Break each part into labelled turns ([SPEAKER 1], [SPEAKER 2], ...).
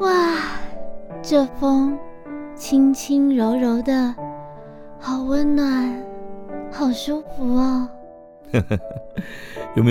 [SPEAKER 1] 哇，这风轻轻柔柔的，好温暖，好舒服哦。
[SPEAKER 2] 有没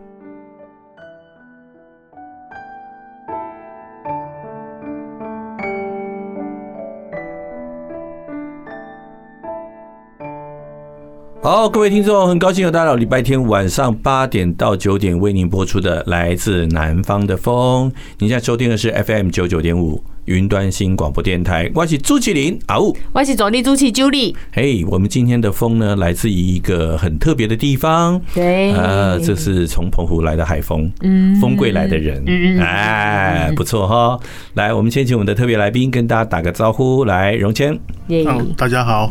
[SPEAKER 2] 好，各位听众，很高兴有大家到礼拜天晚上八点到九点为您播出的《来自南方的风》。您现在收听的是 FM 九九点五云端新广播电台，我是朱启林啊呜。
[SPEAKER 3] 我是左立朱气 Julie，
[SPEAKER 2] 嘿我们今天的风呢，来自于一个很特别的地方，
[SPEAKER 3] 对
[SPEAKER 2] 呃，这是从澎湖来的海风，
[SPEAKER 3] 嗯
[SPEAKER 2] 风柜来的人，
[SPEAKER 3] 嗯嗯
[SPEAKER 2] 哎，不错哈。来，我们先请我们的特别来宾跟大家打个招呼，来，荣谦，
[SPEAKER 3] 耶
[SPEAKER 4] 嗯，大家好。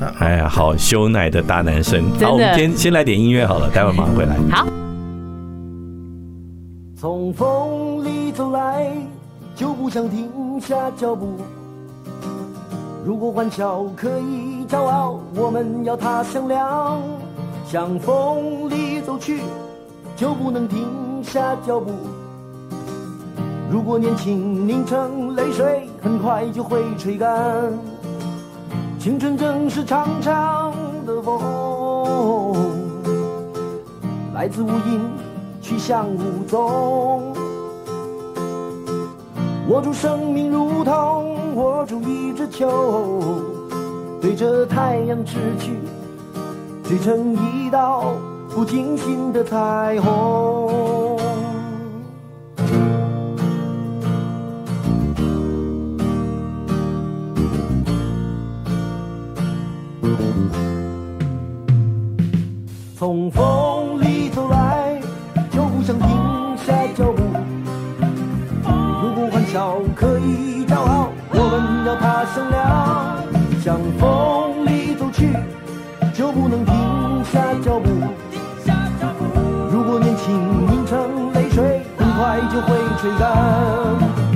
[SPEAKER 4] 大
[SPEAKER 2] 哎呀，好 羞奶的大男生。
[SPEAKER 3] 真的
[SPEAKER 2] 好，我们先先来点音乐好了，待会儿马上回来。
[SPEAKER 5] 从风里走来，就不想停下脚步。如果欢笑可以骄傲，我们要踏向了。向风里走去，就不能停下脚步。如果年轻凝成泪水，很快就会吹干。青春正是长长的风。来自无影，去向无踪。我祝生命如同我住一只球，对着太阳掷去，追成一道不经心的彩虹。从风里走来，就不想停下脚步。如果欢笑可以骄傲，我们要踏向了。向风里走去，就不能停下脚步。如果年轻凝成泪水，很快就会吹干。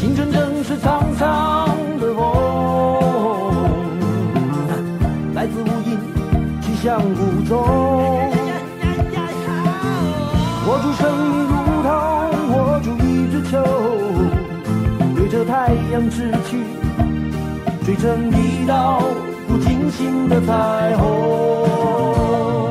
[SPEAKER 5] 青春正是长长的梦。来自无影，去向无踪。我祝生命如同我住一只球，对着太阳掷去，追成一道不经心的彩虹。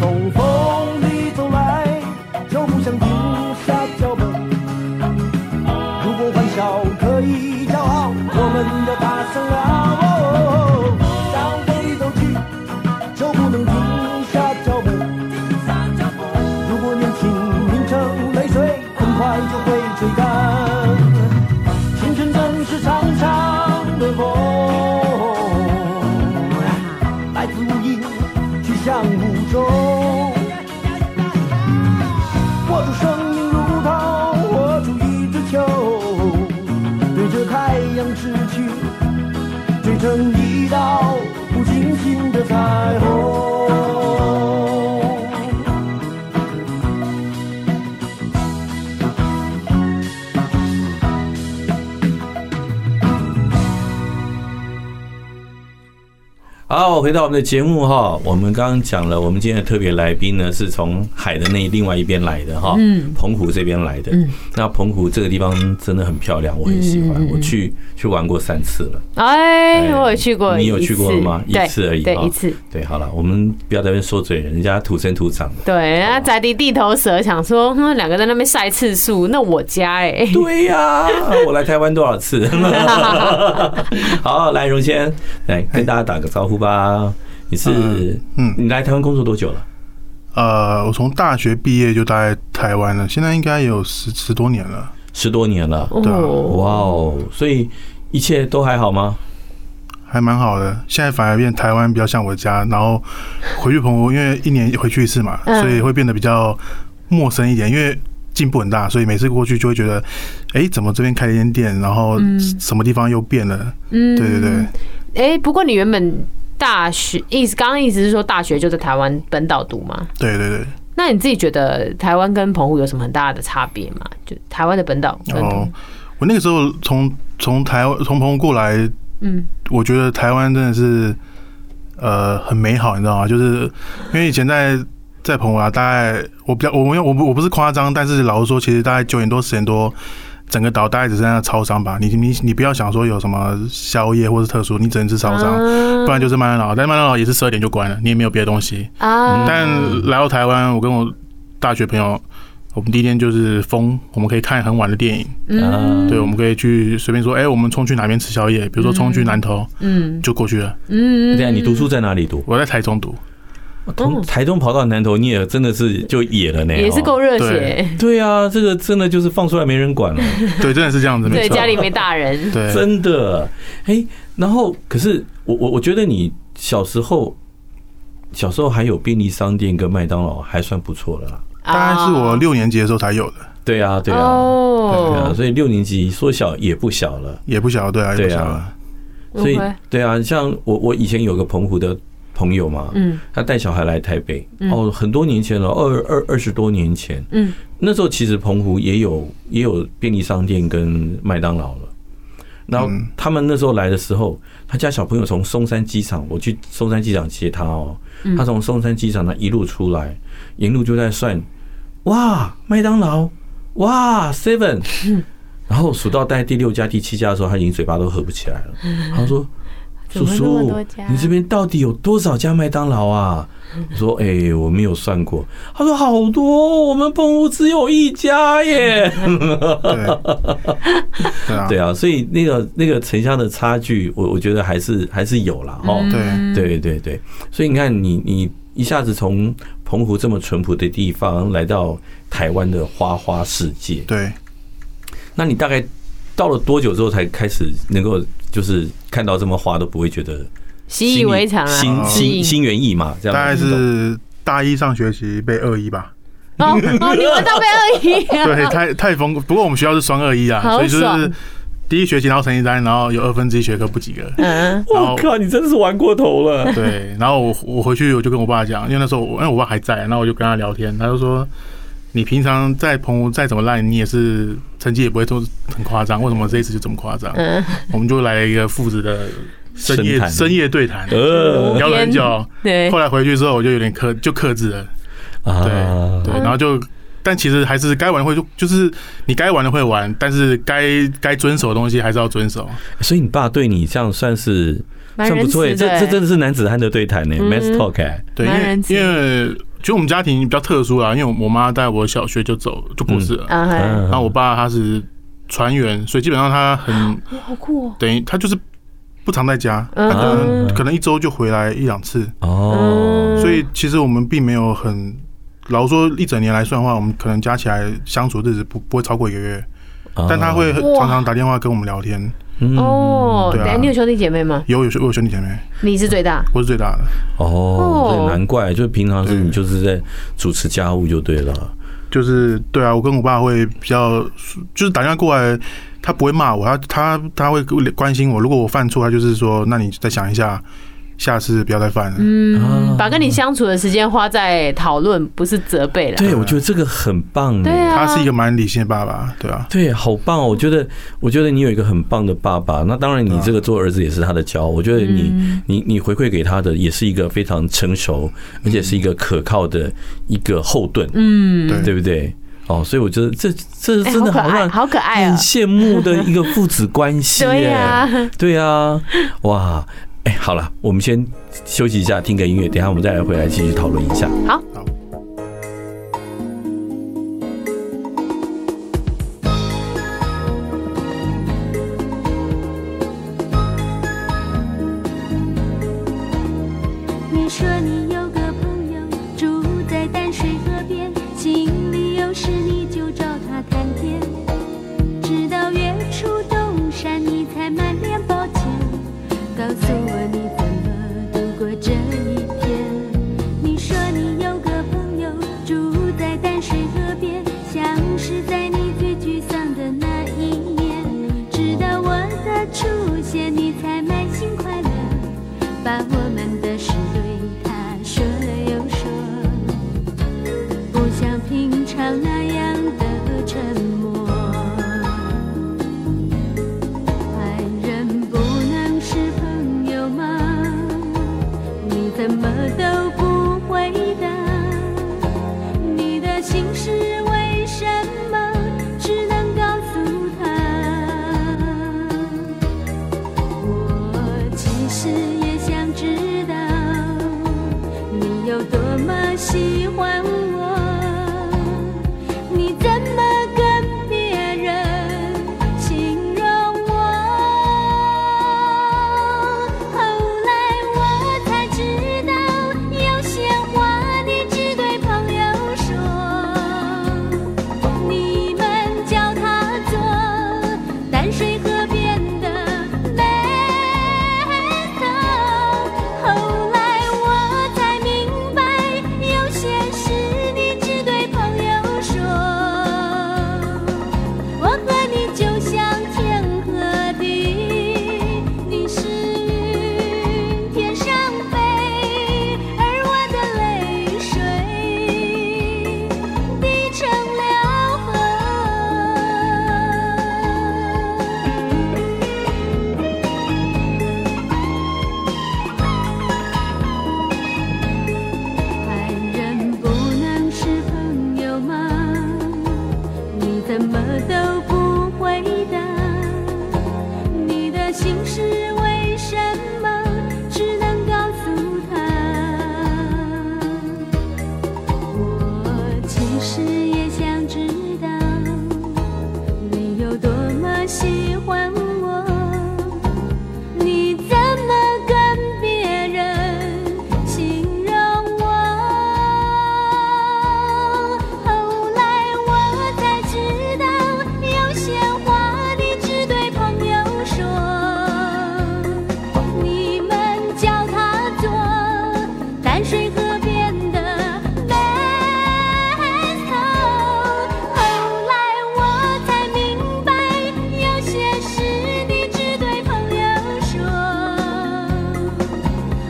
[SPEAKER 5] 从风里走来，就不想停下脚步。如果欢笑可以骄傲，我们要大声了。哦向北走去，就不能停下脚步。啊如果年轻凝成泪水，很快就会吹干。青春正是长长的梦。来自无影，去向无踪。我祝生命如同我住一只球，对着太阳失去，追成一道不经心的彩虹。
[SPEAKER 2] 好，后回到我们的节目哈，我们刚刚讲了，我们今天的特别来宾呢是从海的那另外一边来的哈，
[SPEAKER 3] 嗯
[SPEAKER 2] 澎湖这边来的。
[SPEAKER 3] 嗯
[SPEAKER 2] 那澎湖这个地方真的很漂亮，我很喜欢，
[SPEAKER 3] 嗯嗯嗯
[SPEAKER 2] 我去去玩过三次了。
[SPEAKER 3] 哎，
[SPEAKER 2] 哎
[SPEAKER 3] 我有去过一次，
[SPEAKER 2] 你有去过吗？一
[SPEAKER 3] 对
[SPEAKER 2] 次而已，哦
[SPEAKER 3] 对
[SPEAKER 2] 哈
[SPEAKER 3] 一次。
[SPEAKER 2] 对，好了，我们不要在那边说嘴，人家土生土 长的。
[SPEAKER 3] 对，人
[SPEAKER 2] 哦
[SPEAKER 3] 家宅地地头蛇想说，哼，两个在那边晒次数，那我家哎、
[SPEAKER 2] 对呀、我来台湾多少次？ 啊好，来荣先，来跟大家打个招呼吧。你是嗯
[SPEAKER 4] 嗯，
[SPEAKER 2] 你来台湾工作多久了？
[SPEAKER 4] 呃，我从大学毕业就待在台湾了，现在应该也有十十多年了。
[SPEAKER 2] 十多年了，
[SPEAKER 4] 对啊
[SPEAKER 2] 哇哦！所以一切都还好吗？
[SPEAKER 4] 还蛮好的，现在反而变台湾比较像我家，然后回去澎湖，因为一年回去一次嘛，
[SPEAKER 3] 嗯
[SPEAKER 4] 所以会变得比较陌生一点，因为进步很大，所以每次过去就会觉得，哎、怎么这边开了一间店，然后什么地方又变了？
[SPEAKER 3] 嗯
[SPEAKER 4] 对对对，
[SPEAKER 3] 哎、不过你原本大学意思，刚刚意思是说大学就在台湾本岛读吗？
[SPEAKER 4] 对对对。
[SPEAKER 3] 那你自己觉得台湾跟澎湖有什么很大的差别吗？就台湾的本岛跟澎
[SPEAKER 4] 哦
[SPEAKER 3] 湖，
[SPEAKER 4] 我那个时候从从台湾从澎湖过来，
[SPEAKER 3] 嗯，
[SPEAKER 4] 我觉得台湾真的是呃很美好，你知道吗？就是因为以前在在澎湖啊，大概我比较我没有我不我不是夸张，但是老实说，其实大概九点多十点多。整个岛大概只剩下超商吧，你你你不要想说有什么宵夜或是特殊，你只能吃超商，
[SPEAKER 3] 啊
[SPEAKER 4] 不然就是麦当劳，但麦当劳也是十二点就关了，你也没有别的东西。
[SPEAKER 3] 啊，
[SPEAKER 4] 但来到台湾，我跟我大学朋友，我们第一天就是疯，我们可以看很晚的电影，
[SPEAKER 3] 嗯
[SPEAKER 2] 啊，
[SPEAKER 4] 对，我们可以去随便说，哎、我们冲去哪边吃宵夜，比如说冲去南投，
[SPEAKER 3] 嗯
[SPEAKER 4] 就过去了。
[SPEAKER 3] 嗯，哦
[SPEAKER 2] 对啊，你读书在哪里读？
[SPEAKER 4] 我在 台中读，
[SPEAKER 2] 从台东跑到南投，你也真的是就野了呢，
[SPEAKER 3] 也是够
[SPEAKER 2] 哦。
[SPEAKER 3] 热血
[SPEAKER 4] 对，
[SPEAKER 2] 对啊，这个真的就是放出来没人 管了，
[SPEAKER 4] 对，真的是这样子，
[SPEAKER 3] 对，
[SPEAKER 4] 没错。
[SPEAKER 3] 家里没大人，
[SPEAKER 4] 对，
[SPEAKER 2] 真的。哎，然后可是我我我觉得你小时候。小时候还有便利商店跟麦当劳，还算不错了啦。
[SPEAKER 3] 啊
[SPEAKER 4] 大概是我六年级的时候才有的，
[SPEAKER 2] 对啊，对啊，对啊，
[SPEAKER 3] 哦，
[SPEAKER 2] 所以六年级缩小也不小了。
[SPEAKER 4] 也不小，对啊，也不
[SPEAKER 2] 对
[SPEAKER 4] 小
[SPEAKER 2] 啊
[SPEAKER 4] 了。
[SPEAKER 2] 所以
[SPEAKER 3] OK
[SPEAKER 2] 对啊，像我我以前有个澎湖的朋友嘛，
[SPEAKER 3] 嗯
[SPEAKER 2] 他带小孩来台北，哦，很多年前了，二二二十多年前，
[SPEAKER 3] 嗯，
[SPEAKER 2] 那时候其实澎湖也有也有便利商店跟麦当劳了。然后他们那时候来的时候，他家小朋友从松山机场，我去松山机场接他哦，
[SPEAKER 3] 嗯
[SPEAKER 2] 他从松山机场那一路出来，沿路就在算，哇，麦当劳，哇，seven，然后数到大概第六家、第七家的时候，他已经嘴巴都合不起来了。他说：“
[SPEAKER 3] 怎
[SPEAKER 2] 叔
[SPEAKER 3] 么那么
[SPEAKER 2] 叔
[SPEAKER 3] 多家，
[SPEAKER 2] 你这边到底有多少家麦当劳 啊？”我说：“哎、我没有算过。”他说：“好多哦，我们澎湖只有一家 耶。
[SPEAKER 4] 对，对啊”，
[SPEAKER 2] 对啊，所以那个那个城乡的差距，我我觉得还是还是有啦。
[SPEAKER 3] 嗯
[SPEAKER 2] 哈。对
[SPEAKER 4] 对
[SPEAKER 2] 对对，所以你看你，你一下子从澎湖这么淳朴的地方来到台湾的花花世界，
[SPEAKER 3] 嗯
[SPEAKER 4] 对，
[SPEAKER 2] 那你大概到了多久之后才开始能够就是看到这么花都不会觉得
[SPEAKER 3] 习以为常啊，
[SPEAKER 2] 心
[SPEAKER 3] 适应
[SPEAKER 2] 心心猿意马这样子？
[SPEAKER 4] 嗯大概
[SPEAKER 2] 你懂
[SPEAKER 4] 是大一上学期被二一吧，
[SPEAKER 3] 哦哦，你们到被二一 啊，
[SPEAKER 4] 对，太太疯。不过我们学校是双二一啊，
[SPEAKER 3] 好
[SPEAKER 4] 所以就
[SPEAKER 3] 爽
[SPEAKER 4] 是第一学期然后成绩单，然后有二分之一学科不及格，
[SPEAKER 3] 嗯
[SPEAKER 4] 然
[SPEAKER 2] 我
[SPEAKER 4] 后
[SPEAKER 2] 靠，你真的是玩过头了。
[SPEAKER 4] 对，然后我我回去我就跟我爸讲，因为那时候我因为我爸还在，然后我就跟他聊天，他就说你平常在澎湖再怎么烂，你也是成绩也不会做很夸张，为什么这一次就这么夸张？
[SPEAKER 3] 嗯，
[SPEAKER 4] 我们就来一个父子的深
[SPEAKER 2] 深
[SPEAKER 4] 夜
[SPEAKER 2] 谈
[SPEAKER 4] 深夜对谈，
[SPEAKER 2] 呃
[SPEAKER 4] 聊了很久。
[SPEAKER 3] 对
[SPEAKER 4] 后，来回去之后我就有点克就克制了， 对、
[SPEAKER 2] 啊，
[SPEAKER 4] 对，然后就。但其实还是该玩的会就就是你该玩的会玩，但是该该遵守的东西还是要遵守。
[SPEAKER 2] 所以你爸对你这样算是
[SPEAKER 3] 蛮
[SPEAKER 2] 算不
[SPEAKER 3] 仁
[SPEAKER 2] 错耶，
[SPEAKER 3] 慈
[SPEAKER 2] 这
[SPEAKER 3] 的欸，嗯
[SPEAKER 2] 这真的是男子汉的对谈呢，man's talk 哎。
[SPEAKER 4] 对，因
[SPEAKER 3] 蛮
[SPEAKER 4] 为
[SPEAKER 3] 仁慈
[SPEAKER 4] 因为其实我们家庭比较特殊啦，因为我我妈带我小学就走就过世了，
[SPEAKER 3] 啊嘿，
[SPEAKER 2] 嗯
[SPEAKER 4] 然后我爸他是船员，所以基本上他很
[SPEAKER 3] 好酷哦，
[SPEAKER 4] 等于他就是不常在家，
[SPEAKER 3] 嗯
[SPEAKER 4] 他可能可能一周就回来一两次，
[SPEAKER 2] 哦，
[SPEAKER 4] 所以其实我们并没有很。老实说，一整年来算的话，我们可能加起来相处日子不不会超过一个月，但他会很
[SPEAKER 3] 哇
[SPEAKER 4] 常常打电话跟我们聊天。
[SPEAKER 3] 哦，
[SPEAKER 4] 对啊
[SPEAKER 3] 等一下你有兄弟姐妹吗？
[SPEAKER 4] 有有我有兄弟姐妹，
[SPEAKER 3] 你是最大，
[SPEAKER 4] 我是最大的，
[SPEAKER 2] 哦，所以难怪，就是平常是
[SPEAKER 4] 对
[SPEAKER 2] 你就是在主持家务就对了。
[SPEAKER 4] 就是对啊，我跟我爸会比较，就是打电话过来，他不会骂我，他他他会关心我。如果我犯错，他就是说，那你再想一下，下次不要再犯了。
[SPEAKER 2] 啊
[SPEAKER 3] 嗯，把跟你相处的时间花在讨论，不是责备了。
[SPEAKER 2] 对，我觉得这个很棒
[SPEAKER 3] 对
[SPEAKER 2] 哎。
[SPEAKER 3] 啊，
[SPEAKER 4] 他是一个蛮理性的爸爸，对啊，
[SPEAKER 2] 对，好棒哦！我觉得，我觉得你有一个很棒的爸爸。那当然，你这个做儿子也是他的骄
[SPEAKER 3] 嗯
[SPEAKER 2] 傲。我觉得你，你，你回馈给他的也是一个非常成熟，而且是一个可靠的一个后盾，
[SPEAKER 3] 嗯，
[SPEAKER 2] 对
[SPEAKER 4] 对
[SPEAKER 2] 不对？哦，所以我觉得这这
[SPEAKER 3] 哎
[SPEAKER 2] 真的
[SPEAKER 3] 好可
[SPEAKER 2] 让
[SPEAKER 3] 爱，
[SPEAKER 2] 人
[SPEAKER 3] 好可爱
[SPEAKER 2] 很
[SPEAKER 3] 啊！
[SPEAKER 2] 羡慕的一个父子关 系耶。
[SPEAKER 3] 对呀，
[SPEAKER 2] 对啊，哇！哎，好了，我们先休息一下，听个音乐，等一下我们再来回来继续讨论一下。
[SPEAKER 6] 你说你有个朋友住在淡水河边，心里有事你就找他谈天，直到月出东山，你才满脸抱歉，告诉我你怎么度过这一天。你说你有个朋友住在淡水河边，像是在你最沮丧的那一年，直到我的出现，你才满心快乐。把我们的事对他说了又说，不像平常那样的沉默。爱人不能是朋友吗？你怎么都不回答？你的心事为什么只能告诉他？我其实也想知道你有多么喜欢我，你怎么跟别人形容我？后来我才知道，有些话你只对朋友说，你们叫它做淡水河边的美色。后来我才明白，有些事你只对朋友说。我和你就像天和地，你是云天上飞，而我的泪水滴成了河。爱人不能是朋友吗？你怎么都不回答？你的心事为什么只能告诉他？我其实也想知道你有多么喜欢我，你怎么跟别人形容我？后来我才知道，有些话你只对朋友说，你们叫它做淡水河边的美色。后来我才明白，有些事你只对朋友说。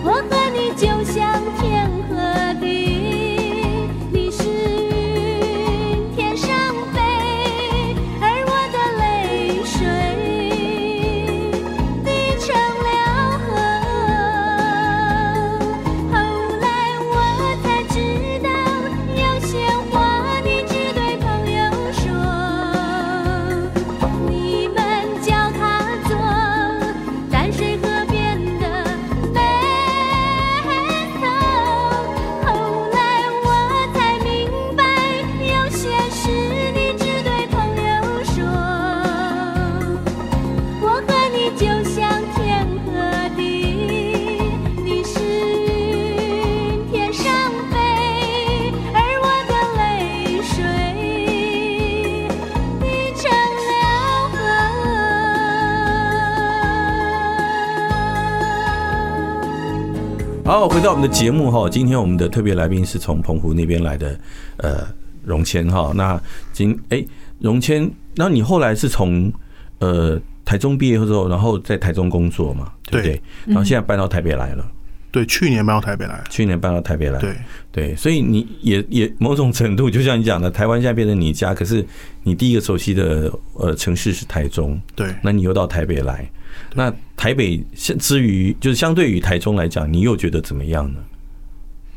[SPEAKER 6] 我和你就像天和地，你是云天上飞，而我的泪水滴成了河。后来我才知道，有些话你只对朋友说，你们叫它做淡水河边的美色。后来我才明白，有些事你只对朋友说。我和你就像天和地，你是云天上飞，而我的泪水滴成了河。
[SPEAKER 2] 好，回到我们的节目哈，今天我们的特别来宾是从澎湖那边来的，呃，荣谦哈。那今哎，荣谦，那你后来是从呃台中毕业之后，然后在台中工作嘛，对不对？然后现在搬到台北来了，
[SPEAKER 4] 对，去年搬到台北来，
[SPEAKER 2] 去年搬到台北来，
[SPEAKER 4] 对，
[SPEAKER 2] 对，所以你也也某种程度，就像你讲的，台湾现在变成你家，可是你第一个熟悉的呃城市是台中，
[SPEAKER 4] 对
[SPEAKER 2] 那你又到台北来，那台北相至于就是相对于台中来讲，你又觉得怎么样呢？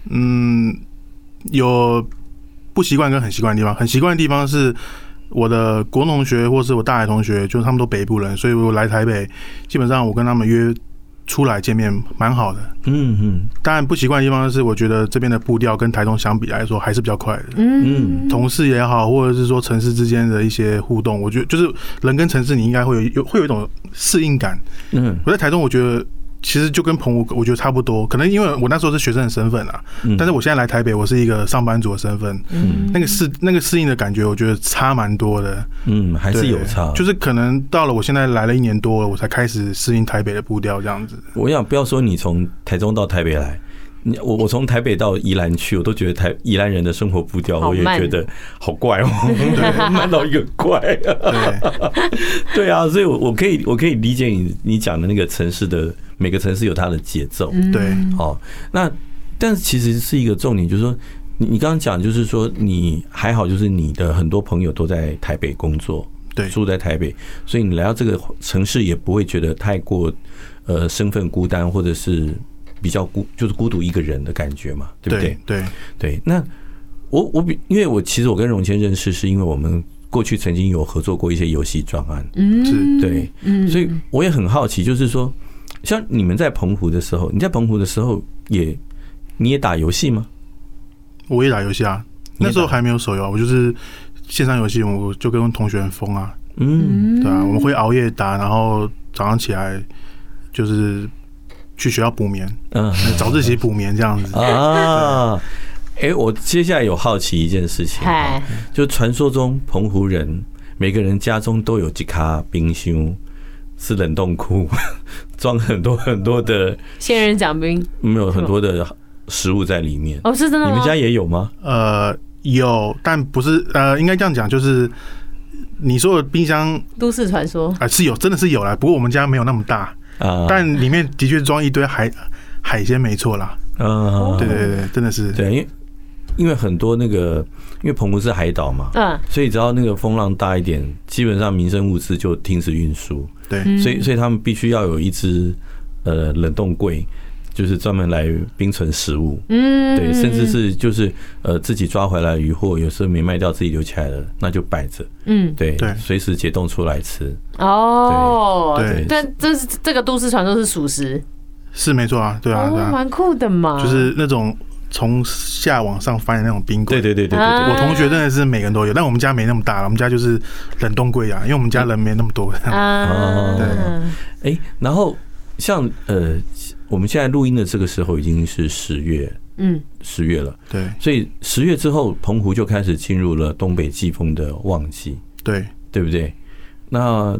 [SPEAKER 4] 嗯，有不习惯跟很习惯的地方。很习惯的地方是我的国中同学或是我大学同学，就是他们都北部人，所以我来台北，基本上我跟他们约出来见面蛮好的。
[SPEAKER 2] 嗯嗯
[SPEAKER 4] 当然不习惯的地方是，我觉得这边的步调跟台中相比来说还是比较快的。
[SPEAKER 2] 嗯，
[SPEAKER 4] 同事也好，或者是说城市之间的一些互动，我觉得就是人跟城市，你应该会有有会有一种适应感。
[SPEAKER 2] 嗯，
[SPEAKER 4] 我在台中，我觉得其实就跟澎湖，我觉得差不多。可能因为我那时候是学生的身份啊，
[SPEAKER 2] 嗯
[SPEAKER 4] 但是我现在来台北，我是一个上班族的身份，那个适那个适应的感觉，我觉得差蛮多的，
[SPEAKER 2] 嗯，还是
[SPEAKER 4] 对
[SPEAKER 2] 有差，
[SPEAKER 4] 就是可能到了我现在来了一年多了，我才开始适应台北的步调这样子。
[SPEAKER 2] 我想不要说你从台中到台北来，你我我从台北到宜兰去，我都觉得台宜兰人的生活步调，
[SPEAKER 3] 好
[SPEAKER 2] 我也
[SPEAKER 3] 慢
[SPEAKER 2] 觉得好怪哦， 慢到一个怪、
[SPEAKER 4] 对，
[SPEAKER 2] 对啊，所以我我可以我可以理解你你讲的那个城市的每个城市有它的节奏，
[SPEAKER 4] 对，
[SPEAKER 2] 哦，那但是其实是一个重点，就是说你你刚刚讲就是说你还好，就是你的很多朋友都在台北工作，
[SPEAKER 4] 对
[SPEAKER 2] 住在台北，所以你来到这个城市也不会觉得太过呃身份孤单，或者是比较孤就是孤独一个人的感觉嘛，对不对
[SPEAKER 4] 对，？对，
[SPEAKER 2] 对，那我我比因为我其实我跟荣谦认识是因为我们过去曾经有合作过一些游戏专案，
[SPEAKER 4] 是，
[SPEAKER 3] 嗯
[SPEAKER 2] 对，所以我也很好奇，就是说，像你们在澎湖的时候，你在澎湖的时候也你也打游戏吗？
[SPEAKER 4] 我也打游戏啊，
[SPEAKER 2] 你也打
[SPEAKER 4] 那时候还没有手游啊，我就是线上游戏，我就跟同学们疯啊，
[SPEAKER 2] 嗯，
[SPEAKER 4] 对啊，我们会熬夜打，然后早上起来就是去学校补眠，
[SPEAKER 2] 嗯
[SPEAKER 4] 早自习补眠这样子。
[SPEAKER 2] 啊， 哎、我接下来有好奇一件事情，
[SPEAKER 3] 嗨，
[SPEAKER 2] 就传说中澎湖人每个人家中都有几卡冰箱，是冷冻库， 装很多很多的，
[SPEAKER 3] 仙人掌冰
[SPEAKER 2] 没有很多的食物在里面。
[SPEAKER 3] 哦，是真的
[SPEAKER 2] 你
[SPEAKER 3] 吗？
[SPEAKER 2] 们家也有吗？
[SPEAKER 4] 呃，有，但不是呃，应该这样讲，就是你说的冰箱
[SPEAKER 3] 都市传说
[SPEAKER 4] 啊、是有，真的是有啦，不过我们家没有那么大，
[SPEAKER 2] 啊，
[SPEAKER 4] 但里面的确装一堆海海鲜，没错啦。
[SPEAKER 3] 哦
[SPEAKER 2] 啊，
[SPEAKER 4] 对对对，真的是。
[SPEAKER 2] 对，因为因为很多那个，因为澎湖是海岛嘛，
[SPEAKER 3] 嗯，
[SPEAKER 2] 所以只要那个风浪大一点，基本上民生物资就停止运输。
[SPEAKER 4] 对
[SPEAKER 2] 所以所以他们必须要有一只呃冷冻柜，就是专门来冰存食物。嗯，对，甚至是就是呃自己抓回来的鱼货，有时候没卖掉自己留起来了，那就摆着。
[SPEAKER 3] 嗯，
[SPEAKER 2] 对
[SPEAKER 4] 对
[SPEAKER 2] 随时解冻出来吃。
[SPEAKER 3] 哦，
[SPEAKER 4] 对
[SPEAKER 3] 但这是这个都市传说是属实，
[SPEAKER 4] 是没错啊，对啊，
[SPEAKER 3] 哦
[SPEAKER 4] 对，啊，
[SPEAKER 3] 蛮酷的嘛，
[SPEAKER 4] 就是那种从下往上翻的那种冰柜。
[SPEAKER 2] 对对对对对
[SPEAKER 3] 啊
[SPEAKER 2] 对。
[SPEAKER 4] 我同学真的是每个人都有，但我们家没那么大，我们家就是冷冻柜啊，因为我们家人没那么多。
[SPEAKER 2] 哦
[SPEAKER 3] 啊，
[SPEAKER 2] 哎、然后像呃，我们现在录音的这个时候已经是十月，
[SPEAKER 3] 嗯，
[SPEAKER 2] 十月了，
[SPEAKER 4] 对
[SPEAKER 2] 所以十月之后，澎湖就开始进入了东北季风的旺季，
[SPEAKER 4] 对，
[SPEAKER 2] 对不对？那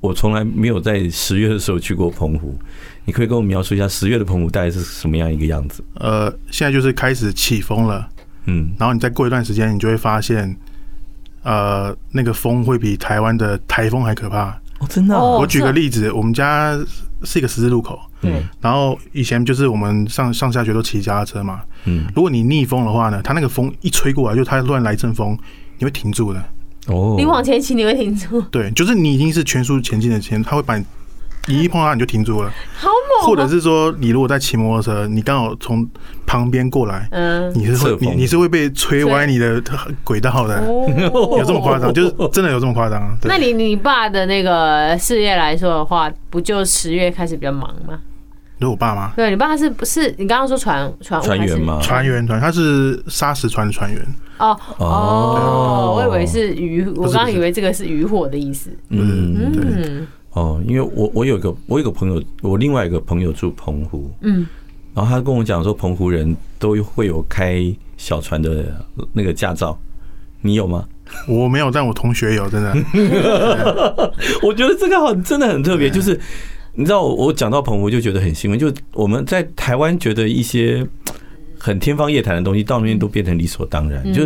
[SPEAKER 2] 我从来没有在十月的时候去过澎湖，你可以跟我描述一下十月的澎湖大概是什么样一个样子？
[SPEAKER 4] 呃，现在就是开始起风了，
[SPEAKER 2] 嗯，
[SPEAKER 4] 然后你再过一段时间，你就会发现，呃，那个风会比台湾的台风还可怕。
[SPEAKER 2] 哦，真的、
[SPEAKER 3] 哦
[SPEAKER 4] 我举个例子，我们家是一个十字路口，
[SPEAKER 3] 对，
[SPEAKER 4] 然后以前就是我们上上下学都骑脚踏车嘛，
[SPEAKER 2] 嗯，
[SPEAKER 4] 如果你逆风的话呢，它那个风一吹过来，就它突然来一阵风，你会停住的。
[SPEAKER 2] 哦，
[SPEAKER 3] 你往前骑你会停住，
[SPEAKER 4] 对，就是你已经是全速前进的前，它会把你你一碰它你就停住了，
[SPEAKER 3] 好猛，啊
[SPEAKER 4] 或者是说你如果在骑摩托车，你刚好从旁边过来，
[SPEAKER 3] 嗯，
[SPEAKER 4] 你是
[SPEAKER 2] 侧
[SPEAKER 4] 会你
[SPEAKER 2] 风
[SPEAKER 4] 你是会被吹歪你的轨道的。
[SPEAKER 3] 哦
[SPEAKER 4] 有这么夸张？就是真的有这么夸张？啊对
[SPEAKER 3] 那你你爸的那个事业来说的话，不就十月开始比较忙吗？
[SPEAKER 4] 你说我爸妈
[SPEAKER 3] 对，你爸是不是你刚刚说船船务
[SPEAKER 2] 船
[SPEAKER 3] 还是
[SPEAKER 2] 员？吗？
[SPEAKER 4] 船员船，他是砂石船的船员，
[SPEAKER 3] 哦
[SPEAKER 2] 哦
[SPEAKER 3] 哦，我以为是渔，我刚刚以为这个是渔火的意思。
[SPEAKER 2] 嗯，对。
[SPEAKER 3] 嗯，
[SPEAKER 2] 哦，因为我我有一个我有一个朋友，我另外一个朋友住澎湖，
[SPEAKER 3] 嗯，
[SPEAKER 2] 然后他跟我讲说，澎湖人都会有开小船的那个驾照，你有吗？
[SPEAKER 4] 我没有，但我同学有，真的。
[SPEAKER 2] 我觉得这个好真的很特别，就是你知道我我讲到澎湖就觉得很兴奋，就我们在台湾觉得一些。
[SPEAKER 3] 嗯
[SPEAKER 2] 很天方夜谭的东西，到那边都变成理所当然，就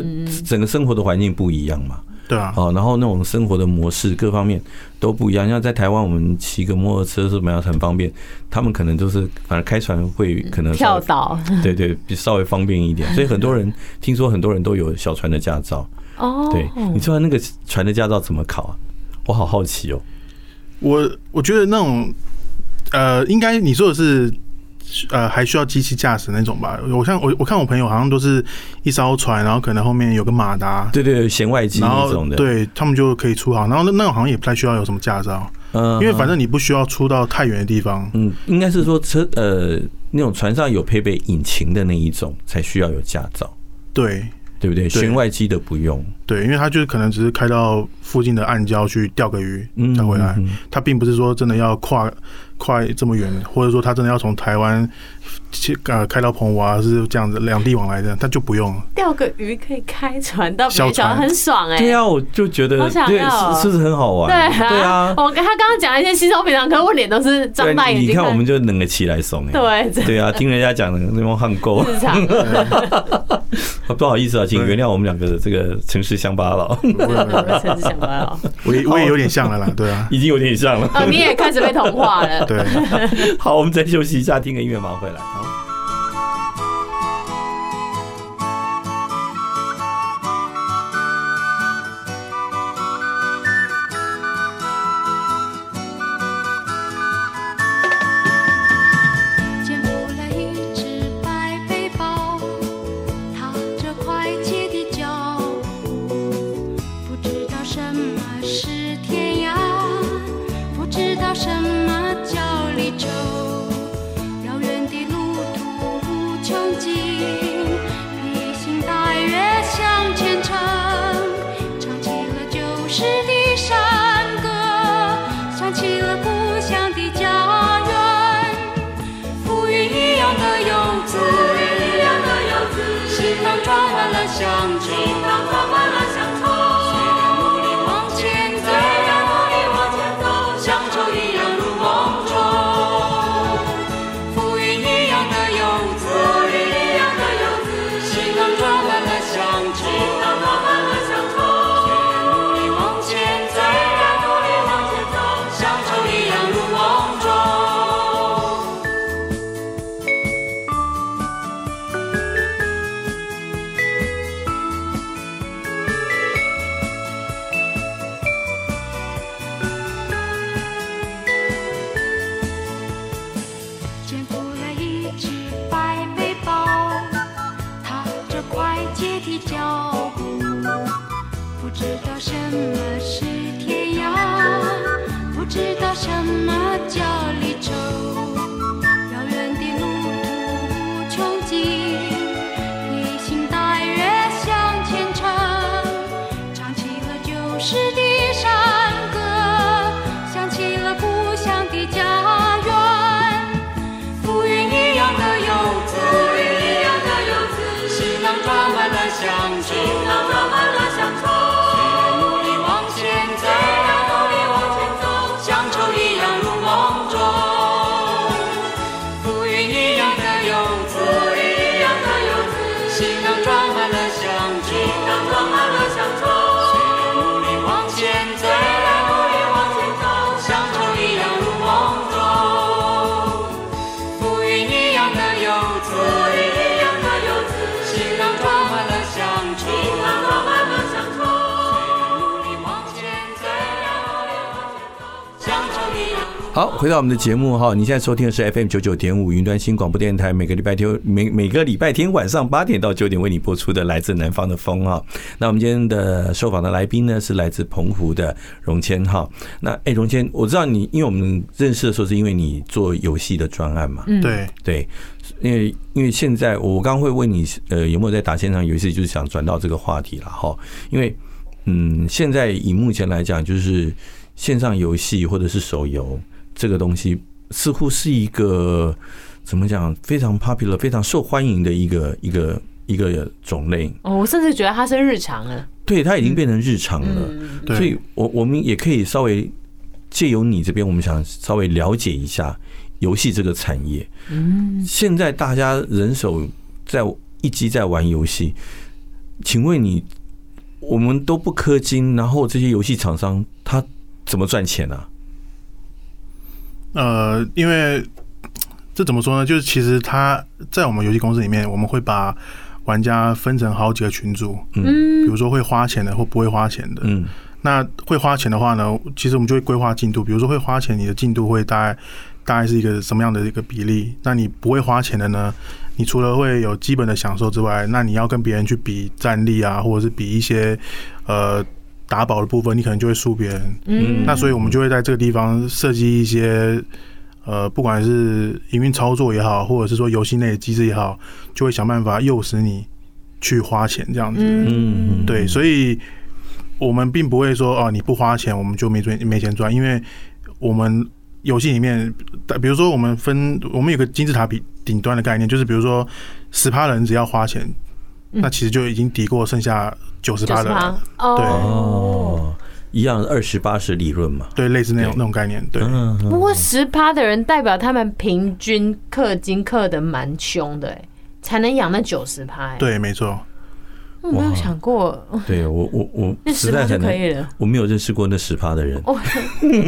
[SPEAKER 2] 整个生活的环境不一样嘛。
[SPEAKER 4] 对啊，
[SPEAKER 2] 哦，然后那种生活的模式各方面都不一样。像在台湾，我们骑个摩托车是没有很方便，他们可能就是反正开船会可能稍
[SPEAKER 3] 嗯跳嗯
[SPEAKER 2] 微，
[SPEAKER 3] 岛
[SPEAKER 2] 对对，比稍微方便一点。所以很多人听说很多人都有小船的驾照，
[SPEAKER 3] 哦，
[SPEAKER 2] 对，你知道那个船的驾照怎么考啊？我好好奇哦。
[SPEAKER 4] 我我觉得那种，呃，应该你说的是，呃，还需要机器驾驶那种吧？我像我我看我朋友好像都是一艘船，然后可能后面有个马达，
[SPEAKER 2] 对对，对弦外机
[SPEAKER 4] 然
[SPEAKER 2] 那
[SPEAKER 4] 后
[SPEAKER 2] 种的，，
[SPEAKER 4] 对他们就可以出航。然后那那种好像也不太需要有什么驾照，
[SPEAKER 2] 嗯
[SPEAKER 4] 因为反正你不需要出到太远的地方。
[SPEAKER 2] 嗯，应该是说车呃那种船上有配备引擎的那一种才需要有驾照，
[SPEAKER 4] 对
[SPEAKER 2] 对不对？
[SPEAKER 4] 对
[SPEAKER 2] 弦外机的不用，
[SPEAKER 4] 对，因为他就是可能只是开到附近的暗礁去钓个鱼
[SPEAKER 2] 嗯
[SPEAKER 4] 再回来
[SPEAKER 2] 嗯嗯，
[SPEAKER 4] 他并不是说真的要跨跨这么远，或者说他真的要从台湾去呃开到澎湖啊，是这样子两地往来的，他就不用了。
[SPEAKER 3] 钓个鱼可以开船到
[SPEAKER 4] 小
[SPEAKER 3] 北角，
[SPEAKER 4] 船
[SPEAKER 3] 很爽哎、
[SPEAKER 2] 对啊，我就觉得
[SPEAKER 3] 好想
[SPEAKER 2] 对，
[SPEAKER 3] 要哦
[SPEAKER 2] 是是不是很好玩？
[SPEAKER 3] 对
[SPEAKER 2] 对啊，
[SPEAKER 3] 我跟他刚刚讲一些稀松平常，可是我脸都是 张大
[SPEAKER 2] 对啊
[SPEAKER 3] 眼
[SPEAKER 2] 你
[SPEAKER 3] 睛。
[SPEAKER 2] 看我们就冷个起来怂哎，
[SPEAKER 3] 对真的
[SPEAKER 2] 对啊，听人家讲的那种汉够，
[SPEAKER 3] 市场，
[SPEAKER 2] 不好意思啊，请
[SPEAKER 4] 对
[SPEAKER 2] 原谅我们两个的这个城市乡巴佬，
[SPEAKER 3] 我们真是想不到。
[SPEAKER 4] 我也我也有点像了啦，对啊，
[SPEAKER 2] 已经有点像了。
[SPEAKER 3] 哦啊，你也开始被同 化了。 嗯
[SPEAKER 4] 对。
[SPEAKER 2] 好，我们再休息一下，听个音乐马上回来。
[SPEAKER 6] 捡回来一只白背包，踏着快捷的脚步，不知道什么是天涯，不知道什么叫离愁。遥远的路途无穷尽，披星戴月向前程，唱起了旧时的山歌，想起了故乡的家园。浮云一样的游子，一样的游子，行囊装满了乡愁，行囊装满了乡愁。虽然努力往前走，虽然努力往前走，乡愁一样如梦中。浮云一样的游子，浮云一样的游子，行囊装满了乡愁，行囊装满了乡愁。虽然努力往前走，虽然努力往前走，乡愁一样如梦中。捡回来一只白背包，踏着快捷的脚步，不知道什么是天涯，不知道什么叫离愁。遥远的路途无穷尽，披星戴月向前程，唱起了旧时的山歌，想起了故乡的家园。浮云一样的游子，浮云一样的游子，行囊装满了乡愁，行囊装满了乡愁。虽然努力往前走，虽然努力往前走，乡愁一样如梦中。浮云一样的游子，浮云一样的游子，行囊装满了乡愁，行囊装满了乡愁。虽然努力往前走，虽然努力往前走，乡愁一样如梦中。浮云一样的游子，浮云一样的游子，行囊装满了乡愁，行囊装满了乡愁。虽然努力往前走，虽然努力往前走，乡愁一样。
[SPEAKER 2] 好，回到我们的节目哈，你现在收听的是 FM 九九点五云端新广播电台，每个礼拜天每每个礼拜天晚上八点到九点为你播出的来自南方的风哈。那我们今天的受访的来宾呢是来自澎湖的荣谦哈。那哎，荣谦，我知道你，因为我们认识的时候是因为你做游戏的专案嘛，
[SPEAKER 4] 对，
[SPEAKER 2] 对，因为因为现在我刚刚会问你，呃，有没有在打线上游戏，就是想转到这个话题了哈。因为嗯，现在以目前来讲，就是线上游戏或者是手游这个东西，似乎是一个怎么讲非常 popular、非常受欢迎的一个一个一个种类。
[SPEAKER 3] 哦，我甚至觉得它是日常了。
[SPEAKER 2] 对，它已经变成日常
[SPEAKER 3] 嗯
[SPEAKER 2] 了。
[SPEAKER 4] 对
[SPEAKER 2] 所以我我们也可以稍微借由你这边，我们想稍微了解一下游戏这个产业。嗯，现在大家人手在一机在玩游戏，请问你我们都不氪金，然后这些游戏厂商他怎么赚钱啊？
[SPEAKER 4] 呃，因为这怎么说呢？就是其实它在我们游戏公司里面，我们会把玩家分成好几个群组，比
[SPEAKER 3] 嗯
[SPEAKER 4] 如说会花钱的或不会花钱的。
[SPEAKER 2] 嗯，
[SPEAKER 4] 那会花钱的话呢，其实我们就会规划进度，比如说会花钱，你的进度会大概大概是一个什么样的一个比例？那你不会花钱的呢，你除了会有基本的享受之外，那你要跟别人去比战力啊，或者是比一些呃打宝的部分，你可能就会输别人。
[SPEAKER 3] 嗯
[SPEAKER 4] 那所以我们就会在这个地方设计一些，呃，不管是营运操作也好，或者是说游戏内的机制也好，就会想办法诱使你去花钱这样子。
[SPEAKER 3] 嗯
[SPEAKER 2] 嗯，
[SPEAKER 4] 对，所以我们并不会说哦你不花钱我们就没赚没钱赚，因为我们游戏里面，比如说我们分我们有个金字塔比顶端的概念，就是比如说十趴人只要花钱，
[SPEAKER 3] 嗯
[SPEAKER 4] 那其实就已经抵过剩下九十
[SPEAKER 3] 九
[SPEAKER 4] 趴
[SPEAKER 3] 十
[SPEAKER 4] 的人了，
[SPEAKER 3] 趴哦。
[SPEAKER 2] 哦，一样二十八十理论嘛，
[SPEAKER 4] 对，类似那种那种概念，对。
[SPEAKER 2] 嗯，
[SPEAKER 3] 不过十趴的人代表他们平均氪金氪的蛮凶的、欸，才能养那九十趴。欸，
[SPEAKER 4] 对，没哎错，
[SPEAKER 3] 我没有想过
[SPEAKER 2] 对我我我
[SPEAKER 3] 那
[SPEAKER 2] 实
[SPEAKER 3] 十
[SPEAKER 2] 在
[SPEAKER 3] 趴就
[SPEAKER 2] 很
[SPEAKER 3] 可
[SPEAKER 2] 难，
[SPEAKER 3] 以了。
[SPEAKER 2] 我没有认识过那十趴的人，
[SPEAKER 3] 哦，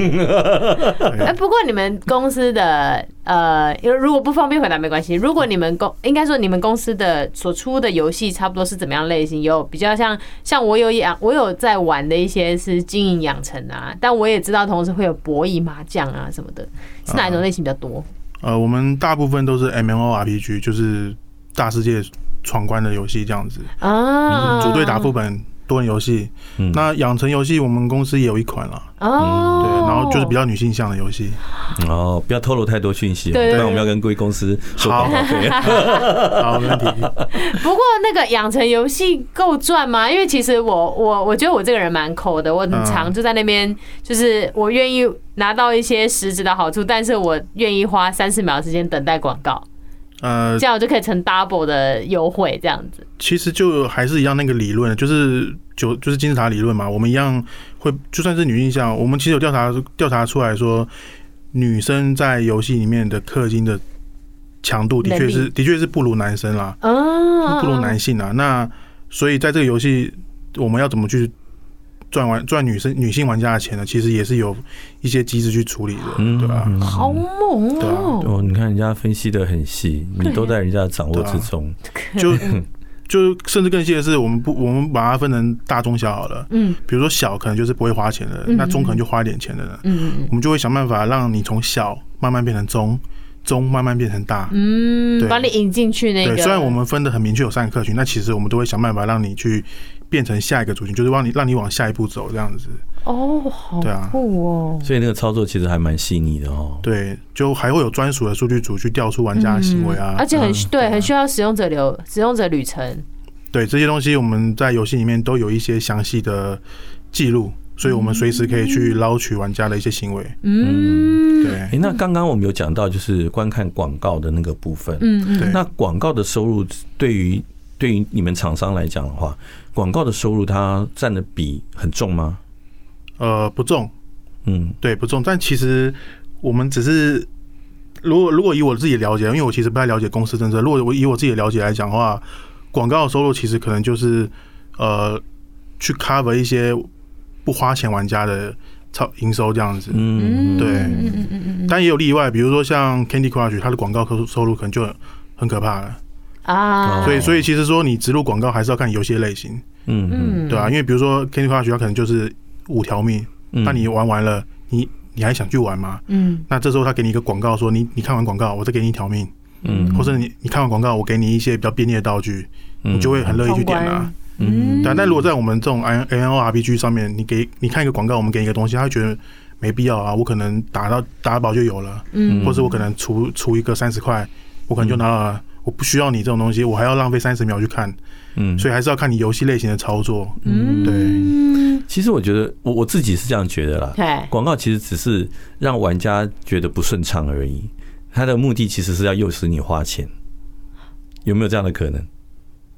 [SPEAKER 3] 哎，不过你们公司的呃，如果不方便回答没关系。如果你们公应该说你们公司的所出的游戏差不多是怎么样类型？有比较像像我有养我有在玩的一些是经营养成啊，但我也知道同时会有博弈、麻将啊什么的，是哪一
[SPEAKER 4] 啊
[SPEAKER 3] 种类型比较多？
[SPEAKER 4] 呃，我们大部分都是 M M O R P G，就是大世界闯关的游戏这样子，
[SPEAKER 3] 啊，
[SPEAKER 4] 嗯组队打副本。多人游戏，
[SPEAKER 2] 嗯
[SPEAKER 4] 那养成游戏我们公司也有一款啦，
[SPEAKER 3] 哦，
[SPEAKER 4] 嗯对，然后就是比较女性向的 游戏。
[SPEAKER 2] 哦，不要透露太多讯息哦，不
[SPEAKER 3] 对对对
[SPEAKER 2] 然我们要跟贵公司收广告 费。
[SPEAKER 4] 好，没问题。
[SPEAKER 3] 不过那个养成游戏够赚吗？因为其实我我我觉得我这个人蛮抠的，我很
[SPEAKER 4] 嗯
[SPEAKER 3] 常就在那边，就是我愿意拿到一些实质的好处，但是我愿意花三十秒时间等待广告，
[SPEAKER 4] 呃
[SPEAKER 3] 这，样我就可以成 double 的优惠这样子。
[SPEAKER 4] 其实就还是一样那个理论，就是九就是金字塔理论嘛，我们一样会就算是女性向，我们其实有调查调查出来说，女生在游戏里面的氪金的强度的确
[SPEAKER 3] 能
[SPEAKER 4] 是
[SPEAKER 3] 力
[SPEAKER 4] 的确是不如男生啦。
[SPEAKER 3] 啊，
[SPEAKER 4] 不如男性啊。那所以在这个游戏，我们要怎么去赚玩赚女生女性玩家的钱呢？其实也是有一些机制去处理的，
[SPEAKER 2] 嗯
[SPEAKER 4] 对吧、
[SPEAKER 2] 嗯
[SPEAKER 3] 好猛
[SPEAKER 4] 对啊
[SPEAKER 3] 哦！
[SPEAKER 2] 哦，你看人家分析的很细，你都在人家的掌握
[SPEAKER 4] 啊
[SPEAKER 2] 之中。
[SPEAKER 4] 就就甚至更细的是，我们不我们把它分成大中小好了。
[SPEAKER 3] 嗯
[SPEAKER 4] 比如说小可能就是不会花钱的，
[SPEAKER 3] 嗯
[SPEAKER 4] 那中可能就花一点钱的人，
[SPEAKER 3] 嗯
[SPEAKER 4] 我们就会想办法让你从小慢慢变成中，中慢慢变成大。
[SPEAKER 3] 嗯，
[SPEAKER 4] 对
[SPEAKER 3] 把你引进去那个。
[SPEAKER 4] 对，虽然我们分的很明确有三个客群，那其实我们都会想办法让你去变成下一个族群，就是让你让你往下一步走这样子。
[SPEAKER 3] 哦，好
[SPEAKER 4] 对啊
[SPEAKER 3] 酷哦，
[SPEAKER 2] 所以那个操作其实还蛮细腻的哦。
[SPEAKER 4] 对，就还会有专属的数据组去调出玩家的行为啊，
[SPEAKER 3] 嗯而且很对，很需要使用者流使用者旅程。
[SPEAKER 4] 对这些东西，我们在游戏里面都有一些详细的记录，所以我们随时可以去捞取玩家的一些行为。
[SPEAKER 3] 嗯，
[SPEAKER 4] 对
[SPEAKER 2] 哎、，那刚刚我们有讲到就是观看广告的那个部分，
[SPEAKER 3] 嗯嗯。
[SPEAKER 4] 对
[SPEAKER 2] 那广告的收入对于对于你们厂商来讲的话，广告的收入它占的比很重吗？
[SPEAKER 4] 呃，不重，
[SPEAKER 2] 嗯
[SPEAKER 4] 对呃不重，但其实我们只是。如果如果以我自己了解，因为我其实不太了解公司政策。如果我以我自己的了解来讲的话，广告的收入其实可能就是呃去 cover 一些不花钱玩家的超营收这样子。
[SPEAKER 2] 嗯，
[SPEAKER 3] 嗯
[SPEAKER 4] 对
[SPEAKER 3] 嗯嗯嗯嗯
[SPEAKER 4] 但也有例外，比如说像 Candy Crush，它的广告收收入可能就很很可怕了。
[SPEAKER 3] 啊，
[SPEAKER 2] 哦
[SPEAKER 4] 所以，所以其实说你植入广告还是要看游戏的类型，
[SPEAKER 2] 嗯嗯
[SPEAKER 3] 嗯，
[SPEAKER 4] 对啊，因为比如说 Candy Crush，它可能就是五条命，
[SPEAKER 2] 嗯，
[SPEAKER 4] 那你玩完了，你你还想去玩吗？
[SPEAKER 3] 嗯
[SPEAKER 4] 那这时候他给你一个广告说，你你看完广告，我再给你一条命，
[SPEAKER 2] 嗯
[SPEAKER 4] 或者你你看完广告，我给你一些比较便利的道具，你就会很乐意去点啦、啊。
[SPEAKER 2] 嗯
[SPEAKER 4] 对啊，但如果在我们这种 I N O R P G 上面，你给你看一个广告，我们给你一个东西，他会觉得没必要啊，我可能打到打宝就有了。
[SPEAKER 3] 嗯
[SPEAKER 4] 或者我可能除除一个三十块，我可能就拿到了，我不需要你这种东西，我还要浪费三十秒去看，
[SPEAKER 2] 嗯，
[SPEAKER 4] 所以还是要看你游戏类型的操作。
[SPEAKER 3] 嗯
[SPEAKER 4] 对，
[SPEAKER 3] 嗯，
[SPEAKER 2] 其实我觉得我我自己是这样觉得啦，
[SPEAKER 3] 对，
[SPEAKER 2] 广告其实只是让玩家觉得不顺畅而已，它的目的其实是要诱使你花钱，有没有这样的可能？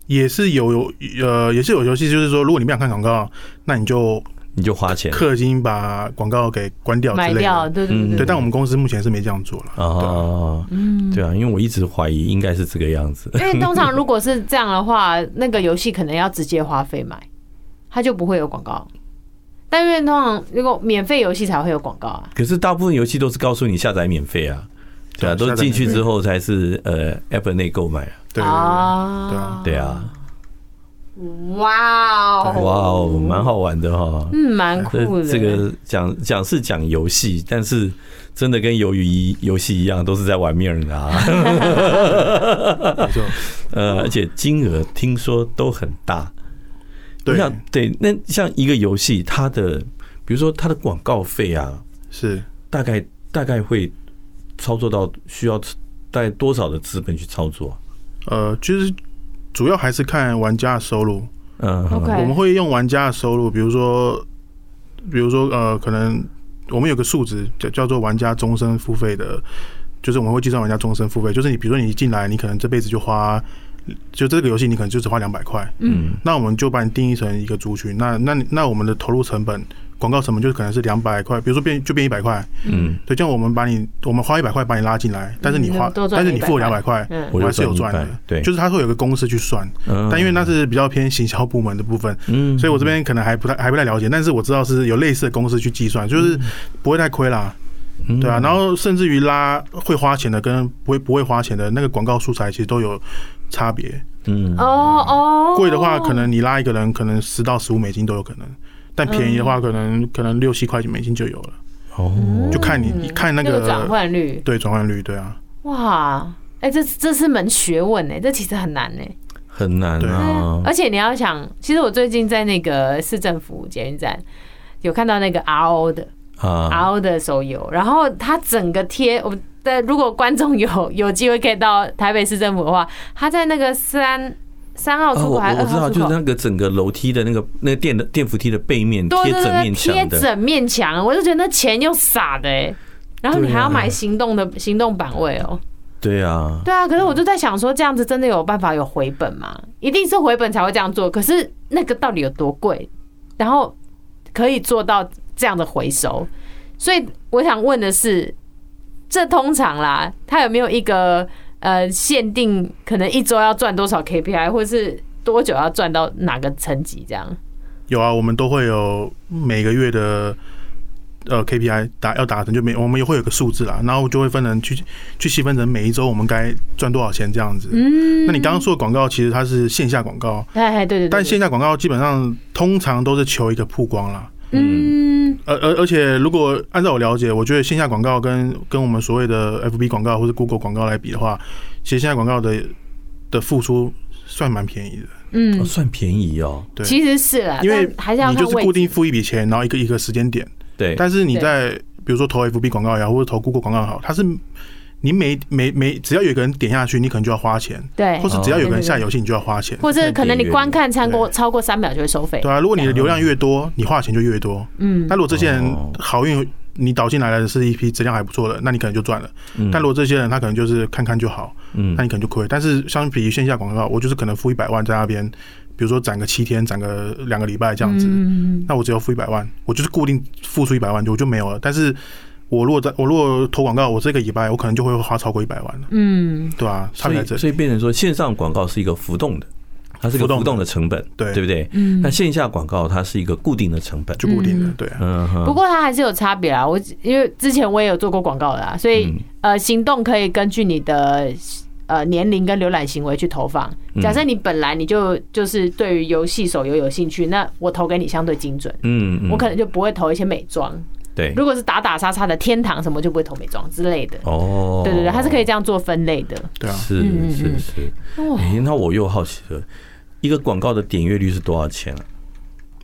[SPEAKER 4] 也是有有呃，也是有游戏，就是说，如果你不想看广告，那你就
[SPEAKER 2] 你就花钱
[SPEAKER 4] 氪金把广告给关掉
[SPEAKER 3] 买
[SPEAKER 4] 之类
[SPEAKER 3] 掉，
[SPEAKER 4] 的。
[SPEAKER 3] 对对
[SPEAKER 2] 嗯
[SPEAKER 4] 对，
[SPEAKER 3] 对，
[SPEAKER 4] 但我们公司目前是没这样做了。
[SPEAKER 2] 哦，
[SPEAKER 3] 嗯，
[SPEAKER 2] 对啊，因为我一直怀疑应该是 这个样子，呃
[SPEAKER 3] 因为通常如果是这样的话，那个游戏可能要直接花费买，它就不会有广告。但因为通常如果免费游戏才会有广告啊，
[SPEAKER 2] 可是大部分游戏都是告诉你下载免费啊，对啊，
[SPEAKER 4] 对
[SPEAKER 2] 都
[SPEAKER 4] 哦下载
[SPEAKER 2] 进去
[SPEAKER 4] 免费
[SPEAKER 2] 之后才是呃 App 内购买啊，
[SPEAKER 4] 对对对
[SPEAKER 3] 啊
[SPEAKER 4] 对啊，
[SPEAKER 2] 对啊，
[SPEAKER 3] 哇哦，
[SPEAKER 2] 哇哦，蛮好玩的哈。
[SPEAKER 3] 嗯，蛮酷
[SPEAKER 2] 这这
[SPEAKER 3] 的。
[SPEAKER 2] 个讲讲是讲游戏，但是真的跟鱿鱼一游戏一样，都是在玩命的啊。
[SPEAKER 4] 没错，
[SPEAKER 2] 呃，而且金额听说都很大。我
[SPEAKER 4] 对
[SPEAKER 2] 想对，那像一个游戏，它的比如说它的广告费啊，
[SPEAKER 4] 是
[SPEAKER 2] 大概大概会操作到需要大概多少的资本去操作？
[SPEAKER 4] 呃，就是主要还是看玩家的收入，
[SPEAKER 2] 嗯
[SPEAKER 3] OK
[SPEAKER 4] 我们会用玩家的收入，比如说，比如说呃，可能我们有个数值叫叫做玩家终身付费的，就是我们会计算玩家终身付费，就是你比如说你一进来，你可能这辈子就花。就这个游戏，你可能就只花两百块，
[SPEAKER 2] 嗯，
[SPEAKER 4] 那我们就把你定义成一个族群。那那你那我们的投入成本、广告成本就可能是两百块，比如说变就变一百块，
[SPEAKER 2] 嗯，
[SPEAKER 4] 对，这样我们把你我们花一百块把你拉进来，但是你花
[SPEAKER 3] 嗯多，赚
[SPEAKER 4] 但是你付我
[SPEAKER 3] 100
[SPEAKER 4] 两百块，
[SPEAKER 3] 嗯
[SPEAKER 2] 我
[SPEAKER 4] 我
[SPEAKER 2] 就
[SPEAKER 4] 还是有
[SPEAKER 2] 赚
[SPEAKER 4] 赚
[SPEAKER 2] 一
[SPEAKER 4] 的
[SPEAKER 2] 半，对
[SPEAKER 4] 就是它会有个公式去算，
[SPEAKER 2] 嗯
[SPEAKER 4] 但因为那是比较偏行销部门的部分，
[SPEAKER 2] 嗯
[SPEAKER 4] 所以我这边可能还不太还不太了解，但是我知道是有类似的公式去计算，就是不会太亏啦，
[SPEAKER 2] 嗯
[SPEAKER 4] 对啊，然后甚至于拉会花钱的跟不会不会花钱的那个广告素材其实都有差别，
[SPEAKER 2] 嗯
[SPEAKER 3] 哦哦，
[SPEAKER 4] 贵的话可能你拉一个人可能十到十五美金都有可能，但便宜的话可能可能六七块美金就有了，
[SPEAKER 2] 哦，
[SPEAKER 4] 就看你你看那
[SPEAKER 3] 嗯那个转
[SPEAKER 4] 个
[SPEAKER 3] 换率，
[SPEAKER 4] 对转换率，对啊，
[SPEAKER 3] 哇，哎，这这是门学问哎，这其实很难哎。
[SPEAKER 2] 很难
[SPEAKER 4] 对
[SPEAKER 2] 啊。
[SPEAKER 3] 而且你要想，其实我最近在那个市政府捷运站有看到那个 RO 的
[SPEAKER 2] 啊，
[SPEAKER 3] RO 的手游，然后它整个贴我。但如果观众有有机会可以到台北市政府的话，它在那个三三号
[SPEAKER 2] 哦，
[SPEAKER 3] 出
[SPEAKER 2] 我
[SPEAKER 3] 口还是
[SPEAKER 2] 我
[SPEAKER 3] 二
[SPEAKER 2] 知道，
[SPEAKER 3] 号
[SPEAKER 2] 就
[SPEAKER 3] 出
[SPEAKER 2] 是
[SPEAKER 3] 口
[SPEAKER 2] 那，个整个楼梯的那个那个电的电扶梯的背面
[SPEAKER 3] 对
[SPEAKER 2] 贴
[SPEAKER 3] 对
[SPEAKER 2] 整
[SPEAKER 3] 对，
[SPEAKER 2] 面
[SPEAKER 3] 贴
[SPEAKER 2] 墙的，
[SPEAKER 3] 整面墙，我就觉得那钱又傻的、欸，然后你
[SPEAKER 2] 对
[SPEAKER 3] 还要
[SPEAKER 2] 啊
[SPEAKER 3] 买行动的、行动版位哦、
[SPEAKER 2] 对啊，
[SPEAKER 3] 对啊，可是我就在想说，这样子真的有办法有回本吗？一定是回本才会这样做，可是那个到底有多贵？然后可以做到这样的回收，所以我想问的是，这通常啦，它有没有一个呃限定，可能一周要赚多少 KPI，或是多久要赚到哪个层级这样？
[SPEAKER 4] 有啊，我们都会有每个月的呃 KPI 达要达成，就每我们也会有个数字啦，然后就会分成去去细分成每一周我们该赚多少钱这样子。
[SPEAKER 3] 嗯
[SPEAKER 4] 那你刚刚说的广告其实它是线下广告，
[SPEAKER 3] 哎哎对对对，
[SPEAKER 4] 但线下广告基本上通常都是求一个曝光啦。
[SPEAKER 3] 嗯
[SPEAKER 4] 而而而且，如果按照我了解，我觉得线下广告跟跟我们所谓的 FB 广告或者 Google 广告来比的话，其实线下广告的的付出算蛮便宜的。
[SPEAKER 2] 哦
[SPEAKER 3] 嗯，
[SPEAKER 2] 算便宜哦，
[SPEAKER 4] 对，
[SPEAKER 3] 其实是啦，
[SPEAKER 4] 因为
[SPEAKER 3] 啊但还是要
[SPEAKER 4] 你
[SPEAKER 3] 看
[SPEAKER 4] 就是
[SPEAKER 3] 位
[SPEAKER 4] 固
[SPEAKER 3] 置
[SPEAKER 4] 定付一笔钱，然后一个一个时间点。
[SPEAKER 2] 对，
[SPEAKER 4] 但是你
[SPEAKER 3] 对
[SPEAKER 4] 在比如说投 FB 广告也好，或者投 Google 广告也好，它是你每每每只要有一个人点下去，你可能就要花钱，
[SPEAKER 3] 对
[SPEAKER 4] 或。是只要有个
[SPEAKER 3] 哦
[SPEAKER 4] 人下游戏，你就要花钱。
[SPEAKER 3] 或者可能你观看超过
[SPEAKER 4] 对
[SPEAKER 3] 超过三秒就会收费
[SPEAKER 4] 对。啊，如果你的流量越多，你花的钱就越多。
[SPEAKER 3] 嗯
[SPEAKER 4] 那如果这些人
[SPEAKER 2] 哦
[SPEAKER 4] 好运，你导进来的是一批质量还不错的，那你可能就赚了。
[SPEAKER 2] 嗯
[SPEAKER 4] 但如果这些人他可能就是看看就好，
[SPEAKER 2] 嗯
[SPEAKER 4] 那你可能就亏。但是相比于线下广告，我就是可能付一百万在那边，比如说攒个七天，攒个两个礼拜这样子。
[SPEAKER 3] 嗯，
[SPEAKER 4] 那我只要付一百万，我就是固定付出一百万，我就没有了。但是我如果在我如果投广告，我这个礼拜我可能就会花超过一百万了，
[SPEAKER 3] 嗯，
[SPEAKER 4] 对吧、啊？差
[SPEAKER 2] 所
[SPEAKER 4] 别
[SPEAKER 2] 以
[SPEAKER 4] 在这
[SPEAKER 2] 所
[SPEAKER 4] 里，
[SPEAKER 2] 以变成说线上广告是一个浮动的，它是一个
[SPEAKER 4] 浮动的
[SPEAKER 2] 浮动的成本，
[SPEAKER 4] 对
[SPEAKER 2] 对不对？
[SPEAKER 3] 嗯
[SPEAKER 2] 那线下广告它是一个固定的成本，
[SPEAKER 4] 就固定的，对啊，
[SPEAKER 2] 嗯哼，
[SPEAKER 3] 不过它还是有差别啦。啊我因为之前我也有做过广告的啦，所以、
[SPEAKER 2] 嗯
[SPEAKER 3] 呃，行动可以根据你的呃年龄跟浏览行为去投放。
[SPEAKER 2] 嗯
[SPEAKER 3] 假设你本来你就就是对于游戏手游有兴趣，那我投给你相对精准，
[SPEAKER 2] 嗯，嗯
[SPEAKER 3] 我可能就不会投一些美妆。
[SPEAKER 2] 对
[SPEAKER 3] 如果是打打杀杀的天堂什么，就不会投美妆之类的。
[SPEAKER 2] 哦，
[SPEAKER 3] 对对对，它是可以这样做分类的。
[SPEAKER 4] 对啊，
[SPEAKER 2] 是
[SPEAKER 3] 嗯嗯
[SPEAKER 2] 是
[SPEAKER 3] 嗯
[SPEAKER 2] 是，
[SPEAKER 3] 哦
[SPEAKER 2] 诶，那我又好奇了，一个广告的点阅率是多少钱啊？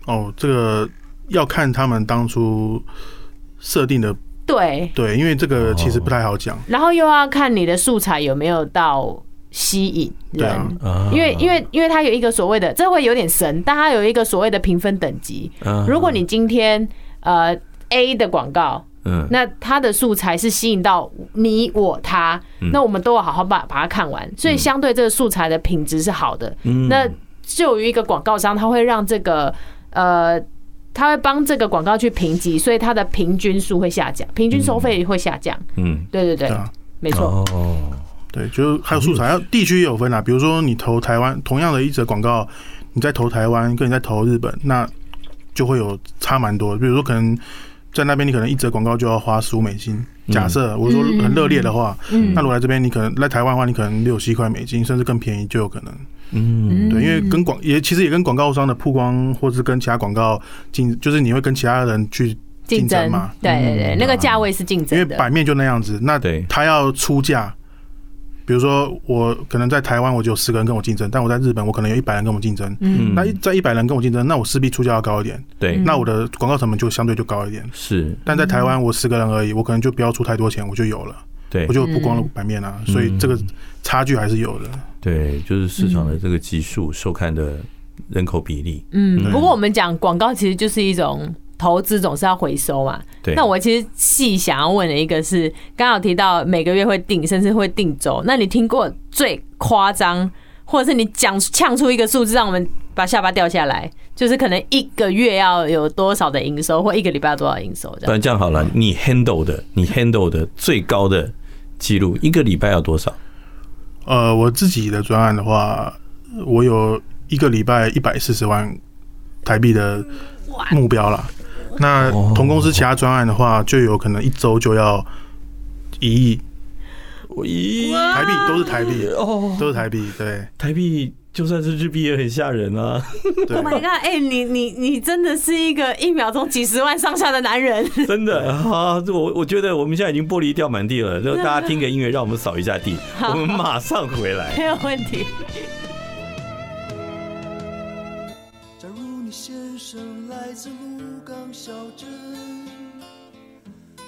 [SPEAKER 4] 哦，这个要看他们当初设定的，
[SPEAKER 3] 对，
[SPEAKER 4] 对，因为这个其实不太好讲，
[SPEAKER 3] 然后又要看你的素材有没有到吸引
[SPEAKER 4] 对
[SPEAKER 3] 人。
[SPEAKER 4] 啊，
[SPEAKER 2] 啊
[SPEAKER 3] 因为因为因为它有一个所谓的，这会有点神，但它有一个所谓的评分等级。
[SPEAKER 2] 啊
[SPEAKER 3] 如果你今天呃 A 的广告，
[SPEAKER 2] 嗯
[SPEAKER 3] 那它的素材是吸引到你我他，
[SPEAKER 2] 嗯
[SPEAKER 3] 那我们都要好好把把它看完，所以相对这个素材的品质是好的。
[SPEAKER 2] 嗯
[SPEAKER 3] 那就于一个广告商，他会让这个呃。他会帮这个广告去评级，所以它的平均数会下降，平均收费会下降。
[SPEAKER 2] 嗯
[SPEAKER 3] 对对对，
[SPEAKER 4] 对啊
[SPEAKER 3] 没错。
[SPEAKER 2] 哦
[SPEAKER 4] 啊对，就是还有素材，还有地区也有分啊。比如说你投台湾同样的一则广告，你在投台湾跟你在投日本，那就会有差蛮多的。比如说，可能在那边你可能一则广告就要花十五美金，假设我说很热烈的话，那如果来这边你可能来台湾的话，你可能六七块美金，甚至更便宜就有可能。
[SPEAKER 2] 嗯，
[SPEAKER 4] 对，因为跟广也其实也跟广告商的曝光，或是跟其他广告竞，就是你会跟其他人去竞
[SPEAKER 3] 竞
[SPEAKER 4] 争
[SPEAKER 3] 争
[SPEAKER 4] 嘛。，
[SPEAKER 3] 对对对，那个价位是竞
[SPEAKER 4] 因为
[SPEAKER 3] 争的，
[SPEAKER 4] 版面就那样子，那
[SPEAKER 2] 对
[SPEAKER 4] 他要出价，比如说我可能在台湾我就有十个人跟我竞争，但我在日本我可能有一百人跟我竞争，
[SPEAKER 2] 嗯
[SPEAKER 4] 那一在一百人跟我竞争，那我势必出价要高一点，
[SPEAKER 3] 嗯
[SPEAKER 2] 对，
[SPEAKER 4] 那我的广告成本就相对就高一点。
[SPEAKER 2] 是
[SPEAKER 4] 但在台湾我十个人而已，我可能就不要出太多钱，我就有了，
[SPEAKER 2] 对嗯
[SPEAKER 4] 我，就有不光的版面啊，所以这个差距还是有的。
[SPEAKER 2] 对，就是市场的这个基数、收看的人口比例，
[SPEAKER 3] 嗯，不过我们讲广告其实就是一种投资，总是要回收嘛。
[SPEAKER 2] 对
[SPEAKER 3] 那我其实细想要问的一个是，刚好提到每个月会定，甚至会定周。那你听过最夸张，或者是你讲呛出一个数字，让我们把下巴掉下来，就是可能一个月要有多少的营收，或一个礼拜要多少营收
[SPEAKER 2] 不
[SPEAKER 3] 这样？
[SPEAKER 2] 然这样好了，你 handle 的，你 handle 的最高的记录，一个礼拜要多少？
[SPEAKER 4] 呃，我自己的专案的话，我有一个礼拜一百四十万台币的目标啦。那同公司其他专案的话，就有可能一周就要一亿
[SPEAKER 2] 咦，
[SPEAKER 4] 台币，都是台币，都是台币。对
[SPEAKER 2] 台币就算是日币也很吓人啊！
[SPEAKER 4] 对
[SPEAKER 3] Oh my god！哎、你你你真的是一个一秒钟几十万上下的男人。
[SPEAKER 2] 真的啊， 这我我觉得我们现在已经玻璃掉满地了，
[SPEAKER 3] 啊
[SPEAKER 2] 就大家听个音乐，让我们扫一下地，我们马上回来。
[SPEAKER 3] 没有问 题。
[SPEAKER 5] 假如你先生来自鹿港小镇，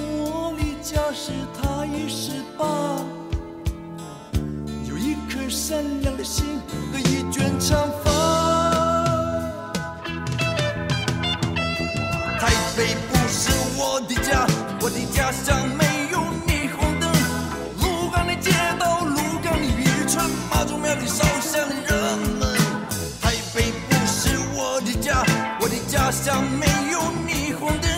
[SPEAKER 5] 我离家时，他已十八，有一颗善良的心和一卷长发。台北不是我的家，我的家乡没有霓虹灯。鹿港的街道，鹿港的渔村，妈祖庙里烧香的人们。台北不是我的家，我的家乡没有霓虹灯。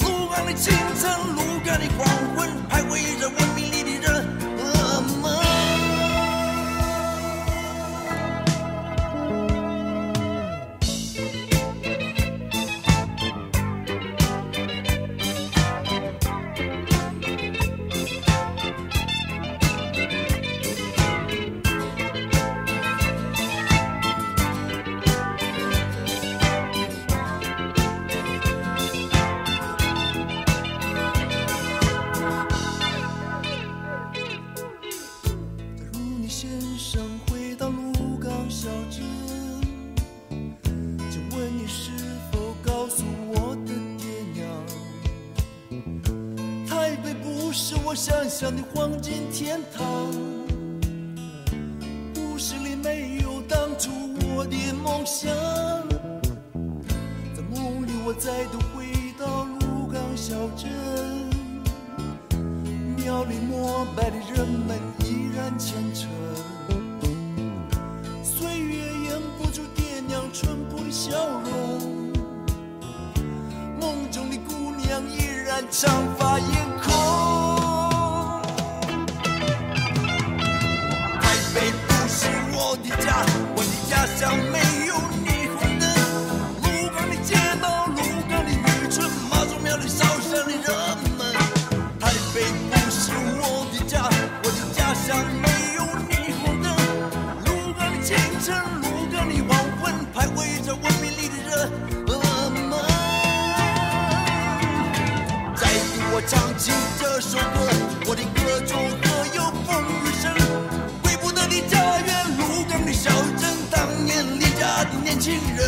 [SPEAKER 5] 鹿港的清晨，鹿港的黄昏，徘徊着文明里的人们。假如你先生回到鹿港小镇，请问你是否告诉我的爹娘，台北不是我想象的黄金天堂，故事里没有当初我的梦想，在梦里我再度回到鹿港小镇。庙里膜拜的人们依然虔诚。岁月掩不住爹娘淳朴的笑容，梦中的姑娘依然长发艳空。台北不是我的家，我的家乡没有霓虹灯。鹿港的街道，鹿港的渔村，妈祖庙里烧香的人们。台北不是我的家，我的家乡没有霓虹灯。鹿港的清晨，鹿港的黄昏，徘徊着文明里的人呃们。再听我唱起这首歌，我的歌中和有风雨声。回不得的家园，鹿港的小镇，当年离家的年轻人。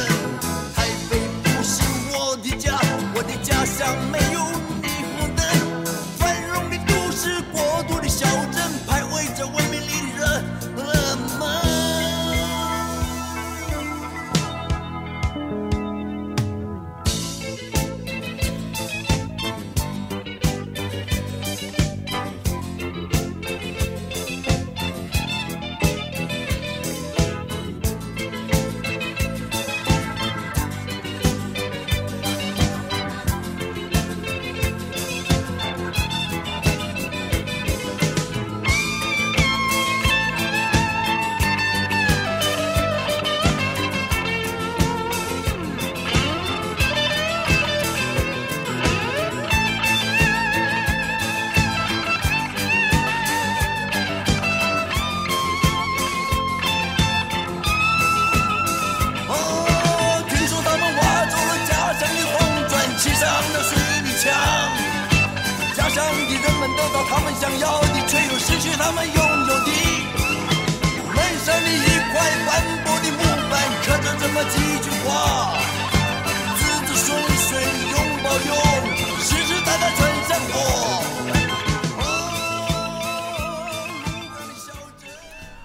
[SPEAKER 5] 台北不是我的家，我的家乡没有霓虹灯。繁荣的都市，国度的小镇，徘徊着文明里的人们。
[SPEAKER 7] 到他们想要的，却又失去他们拥有的。门上的一块斑驳的木板，刻着这么几句话：子子孙孙永保佑，世世代代传香火。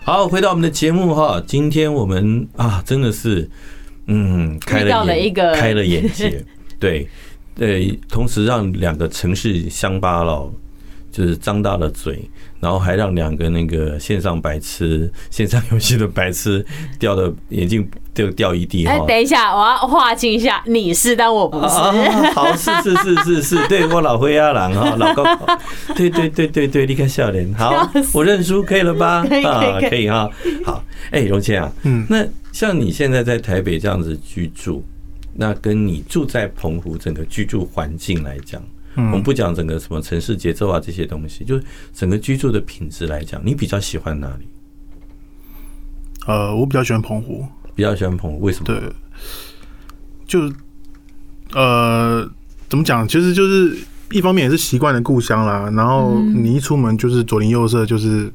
[SPEAKER 2] 好，回到我们的节目哈，今天我们啊，真的是，嗯，开了
[SPEAKER 3] 到
[SPEAKER 2] 眼
[SPEAKER 3] 了一个
[SPEAKER 2] 开了眼 界，对，对，同时让两个城市乡巴佬就是张大了嘴，然后还让两个那个线上白痴、线上游戏的白痴掉的眼镜掉掉一地
[SPEAKER 3] 哎，
[SPEAKER 2] 哈。
[SPEAKER 3] 等一下，我要划清一下，你是但我不
[SPEAKER 2] 啊
[SPEAKER 3] 是。
[SPEAKER 2] 啊，好，是是是是 是，对我老灰阿郎哈，老高，对对对对对，你看笑脸，好，我认输，可以了吧？
[SPEAKER 3] 可以
[SPEAKER 2] 啊，
[SPEAKER 3] 可以
[SPEAKER 2] 可以哈，好，哎，荣倩啊，
[SPEAKER 4] 嗯
[SPEAKER 2] 那像你现在在台北这样子居住，那跟你住在澎湖整个居住环境来讲，我们不讲整个什么城市节奏啊这些东西，就是整个居住的品质来讲，你比较喜欢哪里？
[SPEAKER 4] 呃，我比较喜欢澎湖，
[SPEAKER 2] 比较喜欢澎湖，为什么？
[SPEAKER 4] 对，就呃，怎么讲？其实就是一方面也是习惯了故乡啦，然后你一出门就是左邻右舍，就是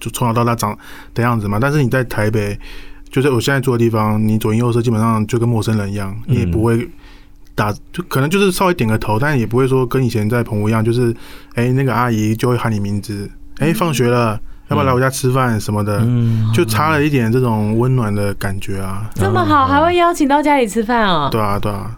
[SPEAKER 4] 就从小到大长的样子嘛。但是你在台北，就在我现在住的地方，你左邻右舍基本上就跟陌生人一样，你也不会。打就可能就是稍微点个头，但也不会说跟以前在澎湖一样，就是哎、那个阿姨就会喊你名字，哎、放学了，要不要来我家吃饭什么的，
[SPEAKER 2] 嗯，
[SPEAKER 4] 就差了一点这种温暖的感觉啊。
[SPEAKER 3] 这么好，还会邀请到家里吃饭哦。
[SPEAKER 4] 对啊，对啊，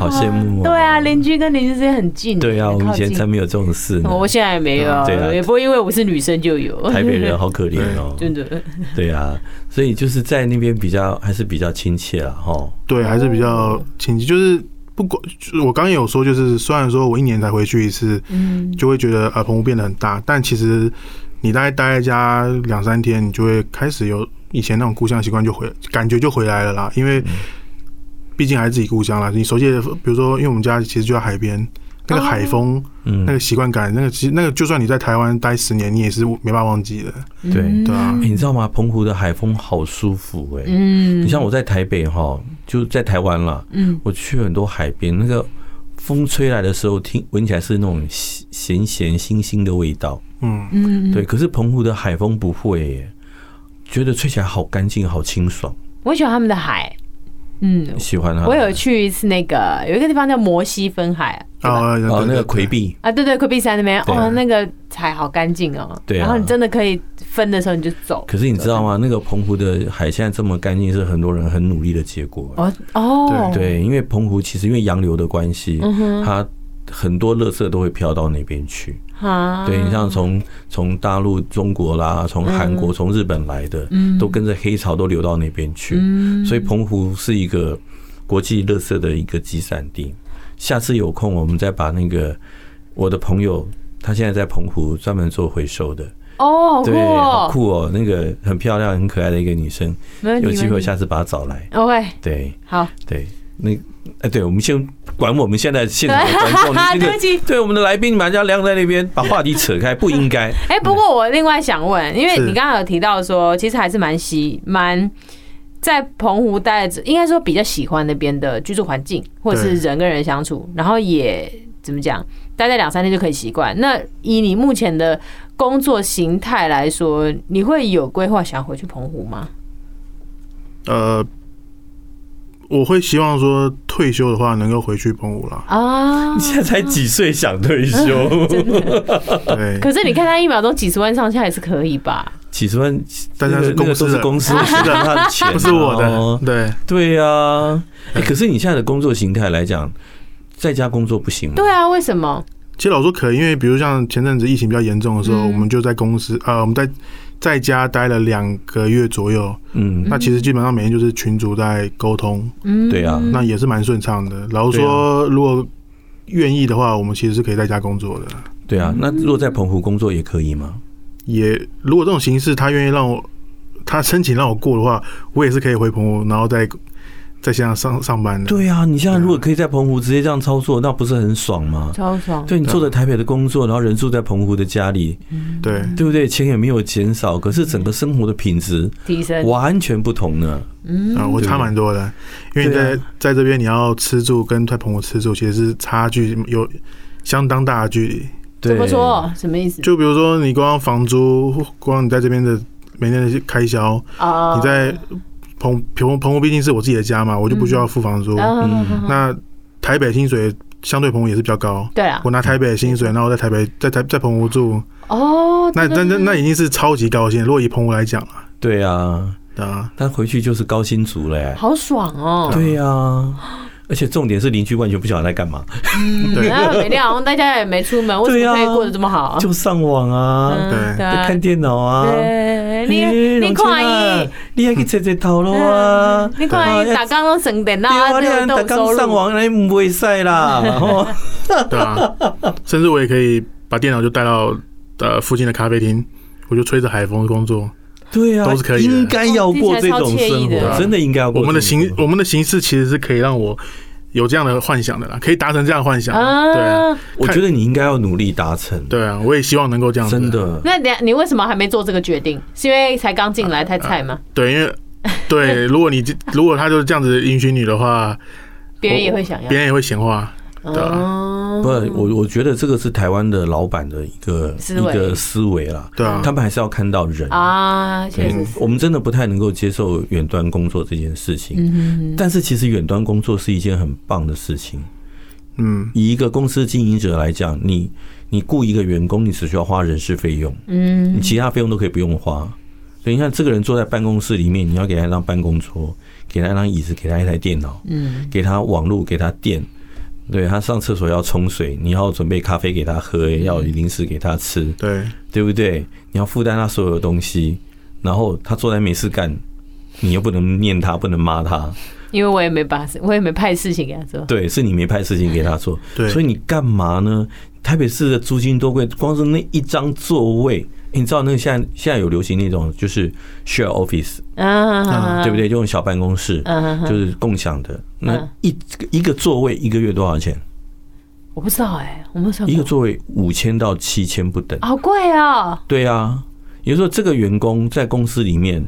[SPEAKER 2] 好羡慕哦。
[SPEAKER 3] 对啊，邻居跟邻居之间很近，
[SPEAKER 2] 对啊，
[SPEAKER 3] 很
[SPEAKER 2] 我们
[SPEAKER 3] 靠
[SPEAKER 2] 以前
[SPEAKER 3] 近
[SPEAKER 2] 才没有这种事呢。
[SPEAKER 3] 哦我现在也没有，
[SPEAKER 2] 嗯对啊
[SPEAKER 3] 也不会因为我是女生就有。
[SPEAKER 2] 台北人好可怜哦，
[SPEAKER 3] 真的，
[SPEAKER 2] 对啊，所以就是在那边比较还是比较亲切啦，哈，
[SPEAKER 4] 对，还是比较亲近。就是不管，就是我刚刚也有说，就是虽然说我一年才回去一次，
[SPEAKER 3] 嗯，
[SPEAKER 4] 就会觉得啊，澎湖变得很大，但其实你大概待在家两三天，你就会开始有以前那种故乡习惯，就回感觉就回来了啦。因
[SPEAKER 2] 嗯
[SPEAKER 4] 为毕竟还是自己故乡啦，你熟悉的，比如说，因为我们家其实就在海边。那个海风，
[SPEAKER 2] 嗯
[SPEAKER 4] 那，个习惯感，那个其实那个，就算你在台湾待十年，你也是没办法忘记的，
[SPEAKER 2] 对、欸
[SPEAKER 4] 对啊，
[SPEAKER 2] 你知道吗？澎湖的海风好舒服哎、
[SPEAKER 3] 嗯
[SPEAKER 2] 你像我在台北哈，就在台湾啦，
[SPEAKER 3] 嗯，
[SPEAKER 2] 我去很多海边，那个风吹来的时候，听闻起来是那种咸咸腥腥的味道，
[SPEAKER 4] 嗯，
[SPEAKER 3] 嗯，
[SPEAKER 2] 对。可是澎湖的海风不会耶、觉得吹起来好干净，好清爽，
[SPEAKER 3] 我喜欢他们的海，嗯，
[SPEAKER 2] 喜欢啊它。
[SPEAKER 3] 我有去一次那个有一个地方叫摩西分海
[SPEAKER 4] 啊，对
[SPEAKER 2] 哦，那个
[SPEAKER 4] 对
[SPEAKER 2] 魁壁，
[SPEAKER 3] 啊，对对，科比山那边，
[SPEAKER 2] 对啊
[SPEAKER 3] 哦，那个海好干净哦，
[SPEAKER 2] 对啊
[SPEAKER 3] 然后你真的可以分的时候你就走，
[SPEAKER 2] 可是你知道吗？那个澎湖的海现在这么干净，是很多人很努力的结果、欸。
[SPEAKER 3] 哦哦，
[SPEAKER 2] 对，因为澎湖其实因为洋流的关系，
[SPEAKER 3] 嗯
[SPEAKER 2] 它很多垃圾都会飘到那边去。
[SPEAKER 3] 啊，
[SPEAKER 2] 对你像从从大陆、中国啦，从韩
[SPEAKER 3] 嗯
[SPEAKER 2] 国、从日本来的，都跟着黑潮都流到那边去。
[SPEAKER 3] 嗯
[SPEAKER 2] 所以澎湖是一个国际垃圾的一个集散地。下次有空，我们再把那个我的朋友，他现在在澎湖专门做回收的，
[SPEAKER 3] 哦，好酷
[SPEAKER 2] 对，好
[SPEAKER 3] 哦，
[SPEAKER 2] 酷哦，那个很漂亮、很可爱的一个女生，
[SPEAKER 3] 没问题
[SPEAKER 2] 有机
[SPEAKER 3] 没
[SPEAKER 2] 会
[SPEAKER 3] 问题
[SPEAKER 2] 下次把她找来。
[SPEAKER 3] ，OK，
[SPEAKER 2] 对，
[SPEAKER 3] 好，
[SPEAKER 2] 对，那哎，对，我们先管我们现 在现场的观众那
[SPEAKER 3] 对不起
[SPEAKER 2] 个，对我们的来宾马上晾在那边，把话题扯开，不应 该。
[SPEAKER 3] 哎、不过我另外想问，因为
[SPEAKER 4] 是
[SPEAKER 3] 你刚刚有提到说，其实还是蛮喜蛮在澎湖待着，应该说比较喜欢那边的居住环境，或者是
[SPEAKER 4] 对
[SPEAKER 3] 人跟人相处，然后也怎么讲，待在两三天就可以习惯。那以你目前的工作形态来说，你会有规划想回去澎湖吗？。
[SPEAKER 4] 呃，我会希望说退休的话能够回去澎湖啦
[SPEAKER 3] 啊
[SPEAKER 2] 你，现在才几岁想退
[SPEAKER 3] 嗯
[SPEAKER 2] 休？
[SPEAKER 4] 对，
[SPEAKER 3] 呃可是你看他一秒钟几十万上下也是可以吧？
[SPEAKER 2] 几十万，
[SPEAKER 4] 大家是
[SPEAKER 2] 那个那个
[SPEAKER 4] 公司
[SPEAKER 2] 都是
[SPEAKER 4] 的
[SPEAKER 2] 公 司是的，他的钱哦
[SPEAKER 4] 不是我的，。对，
[SPEAKER 2] 对呀，哎，可是你现在的工作形态来讲，在家工作不行吗？
[SPEAKER 3] 对啊，为什么？
[SPEAKER 4] 其实老实说可以，因为比如像前阵子疫情比较严重的时
[SPEAKER 3] 嗯
[SPEAKER 4] 候，我们就在公司啊、呃我们在在家待了两个月左右。
[SPEAKER 2] 嗯，
[SPEAKER 4] 那其实基本上每天就是群主在沟通，
[SPEAKER 3] 嗯，
[SPEAKER 2] 对啊
[SPEAKER 4] 那也是蛮顺畅的。老实说，如果愿意的话，我们其实是可以在家工作的。
[SPEAKER 2] 对
[SPEAKER 3] 嗯
[SPEAKER 2] 啊。那如果在澎湖工作也可以吗？
[SPEAKER 4] 也如果这种形式他愿意让我，他申请让我过的话，我也是可以回澎湖，然后再在线上上上班的。
[SPEAKER 2] 对啊，你现在如果可以在澎湖直接这样操作，那不是很爽吗？
[SPEAKER 3] 超爽。
[SPEAKER 2] 对你做的
[SPEAKER 4] 啊
[SPEAKER 2] 台北的工作，然后人住在澎湖的家里，
[SPEAKER 4] 对，
[SPEAKER 2] 对不对？钱也没有减少，可是整个生活的品质
[SPEAKER 3] 提升
[SPEAKER 2] 完全不同呢。
[SPEAKER 4] 啊，我差蛮多的，因为你在、
[SPEAKER 2] 对
[SPEAKER 4] 在这边你要吃住跟在澎湖吃住其实是差距有相当大的距离。
[SPEAKER 3] 怎么说？什么意思？
[SPEAKER 4] 就比如说你光房租，光你在这边的每天的开销，
[SPEAKER 3] 啊
[SPEAKER 4] 你在澎澎澎湖毕竟是我自己的家嘛，我就不需要付房租。
[SPEAKER 3] 嗯，
[SPEAKER 4] 那台北薪水相对澎湖也是比较高，
[SPEAKER 3] 对啊
[SPEAKER 4] 我，拿台北的薪水，然后我在台北在台在澎湖住，
[SPEAKER 3] 哦，
[SPEAKER 4] 那
[SPEAKER 3] 这个
[SPEAKER 4] 那那那已经是超级高薪。如果以澎湖来讲啊，
[SPEAKER 2] 对啊，
[SPEAKER 4] 对啊，
[SPEAKER 2] 他回去就是高薪族嘞、
[SPEAKER 3] 好爽哦。
[SPEAKER 2] 对啊，而且重点是邻居完全不晓得在干嘛，
[SPEAKER 4] 对
[SPEAKER 3] 然哎后每天好像大家也没出门，为什
[SPEAKER 2] 对
[SPEAKER 3] 么
[SPEAKER 2] 啊
[SPEAKER 3] 可以过得这么好？
[SPEAKER 2] 就上网啊，
[SPEAKER 3] 嗯
[SPEAKER 4] 对
[SPEAKER 3] 啊
[SPEAKER 2] 看电脑啊。
[SPEAKER 3] 对，
[SPEAKER 2] 欸
[SPEAKER 3] 你
[SPEAKER 2] 老
[SPEAKER 3] 你看
[SPEAKER 2] 千啊
[SPEAKER 3] 伊，嗯
[SPEAKER 2] 你还去切切头路啊？
[SPEAKER 3] 你看伊
[SPEAKER 2] 啊
[SPEAKER 3] 打工都省电脑，
[SPEAKER 2] 对啊，你
[SPEAKER 3] 这个都
[SPEAKER 2] 打
[SPEAKER 3] 有
[SPEAKER 2] 刚
[SPEAKER 3] 收
[SPEAKER 2] 上
[SPEAKER 3] 入。
[SPEAKER 2] 网，那不会晒 啦。吼
[SPEAKER 4] 对啊，甚至我也可以把电脑就带到呃附近的咖啡厅，我就吹着海风工作。
[SPEAKER 2] 对啊，
[SPEAKER 4] 都是可以的
[SPEAKER 2] 应该要过这种
[SPEAKER 3] 哦听起来超惬
[SPEAKER 2] 生
[SPEAKER 3] 意的
[SPEAKER 2] 活，真的应该要过
[SPEAKER 4] 我
[SPEAKER 2] 这
[SPEAKER 4] 们
[SPEAKER 2] 种生
[SPEAKER 4] 的
[SPEAKER 2] 活。
[SPEAKER 4] 形我们的形式其实是可以让我有这样的幻想的啦，可以达成这样的幻想。
[SPEAKER 3] 啊
[SPEAKER 4] 对啊，
[SPEAKER 2] 我觉得你应该要努力达成，
[SPEAKER 4] 对啊，我也希望能够这样子。
[SPEAKER 2] 真，的。
[SPEAKER 3] 那等下你为什么还没做这个决定？是因为才刚进来太菜
[SPEAKER 2] 啊
[SPEAKER 3] 吗？
[SPEAKER 4] 对，因为 对，如果你这如果他就这样子允许你的话，
[SPEAKER 3] 别人也会想要
[SPEAKER 4] 别。人也会闲话。对啊，
[SPEAKER 3] 哦
[SPEAKER 2] 不，我我觉得这个是台湾的老板的一个
[SPEAKER 3] 思
[SPEAKER 2] 一
[SPEAKER 3] 维
[SPEAKER 2] 个思维啦，
[SPEAKER 4] 对啊
[SPEAKER 2] 他们还是要看到人。
[SPEAKER 3] 啊，确实是。
[SPEAKER 2] 我们真的不太能够接受远端工作这件事情，但是其实远端工作是一件很棒的事情。
[SPEAKER 4] 嗯，
[SPEAKER 2] 以一个公司经营者来讲，你你雇一个员工，你只需要花人事费用，嗯，你其他费用都可以不用花。所以你看，这个人坐在办公室里面，你要给他一张办公桌，给他一张椅子，给他一台电脑，嗯，给他网络，给他电，对他上厕所要冲水，你要准备咖啡给他喝，要零食给他吃，
[SPEAKER 4] 对，
[SPEAKER 2] 对不对？你要负担他所有的东西，然后他坐在没事干，你又不能念他，不能骂他，
[SPEAKER 3] 因为我也没把，我也没派事情给他做。
[SPEAKER 2] 对，是你没派事情给他做，
[SPEAKER 4] 对
[SPEAKER 2] 所以你干嘛呢？台北市的租金多贵，光是那一张座位，诶你知道那个现在现在有流行那种就是 share office，、
[SPEAKER 3] 啊，
[SPEAKER 2] 对不对？这种小办公室，
[SPEAKER 3] 嗯
[SPEAKER 2] 就是共享的，那
[SPEAKER 3] 嗯
[SPEAKER 2] 一、一个座位一个月多少钱？
[SPEAKER 3] 我不知道哎，我没有算
[SPEAKER 2] 一个
[SPEAKER 3] 过。
[SPEAKER 2] 座位五千到七千不等，
[SPEAKER 3] 好贵哦，
[SPEAKER 2] 对啊，也就是说这个员工在公司里面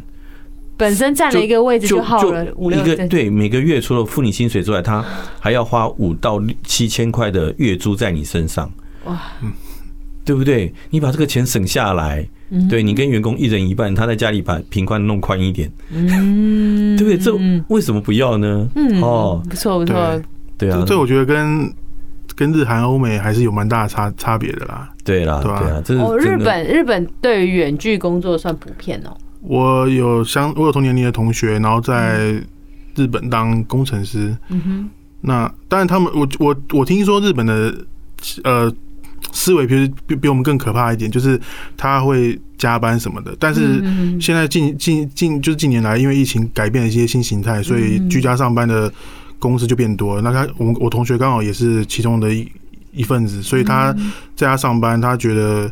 [SPEAKER 3] 本身占了一个位置就耗了五六
[SPEAKER 2] 一个对每个月除了付你薪水之外，他还要花五到六七千块的月租在你身上，
[SPEAKER 3] 哇
[SPEAKER 2] 哇，对不对？你把这个钱省下来，
[SPEAKER 3] 嗯
[SPEAKER 2] 对你跟员工一人一半，他在家里把平宽弄宽一点，嗯，对不对？这为什么不要呢？嗯，哦，
[SPEAKER 3] 不错不错
[SPEAKER 2] 对
[SPEAKER 4] 对，
[SPEAKER 2] 啊
[SPEAKER 4] 这，这我觉得跟跟日韩、欧美还是有蛮大的差差别的啦。
[SPEAKER 2] 对啦，
[SPEAKER 4] 对
[SPEAKER 2] 对
[SPEAKER 4] 啊
[SPEAKER 2] 啊，这是
[SPEAKER 3] 哦，日
[SPEAKER 2] 真的
[SPEAKER 3] 本日本对于远距工作算普遍哦。
[SPEAKER 4] 我有相，我有同年龄的同学，然后
[SPEAKER 2] 嗯
[SPEAKER 4] 在日本当工程师。嗯哼，那当然他们，我我我听说日本的呃思维比比比我们更可怕一点，就是他会加班什么的。但是现在近近近就是近年来，因为疫情改变了一些新形态，所以居家上班的公司就变多了。那他我我同学刚好也是其中的一一份子，所以他在家上班，他觉得。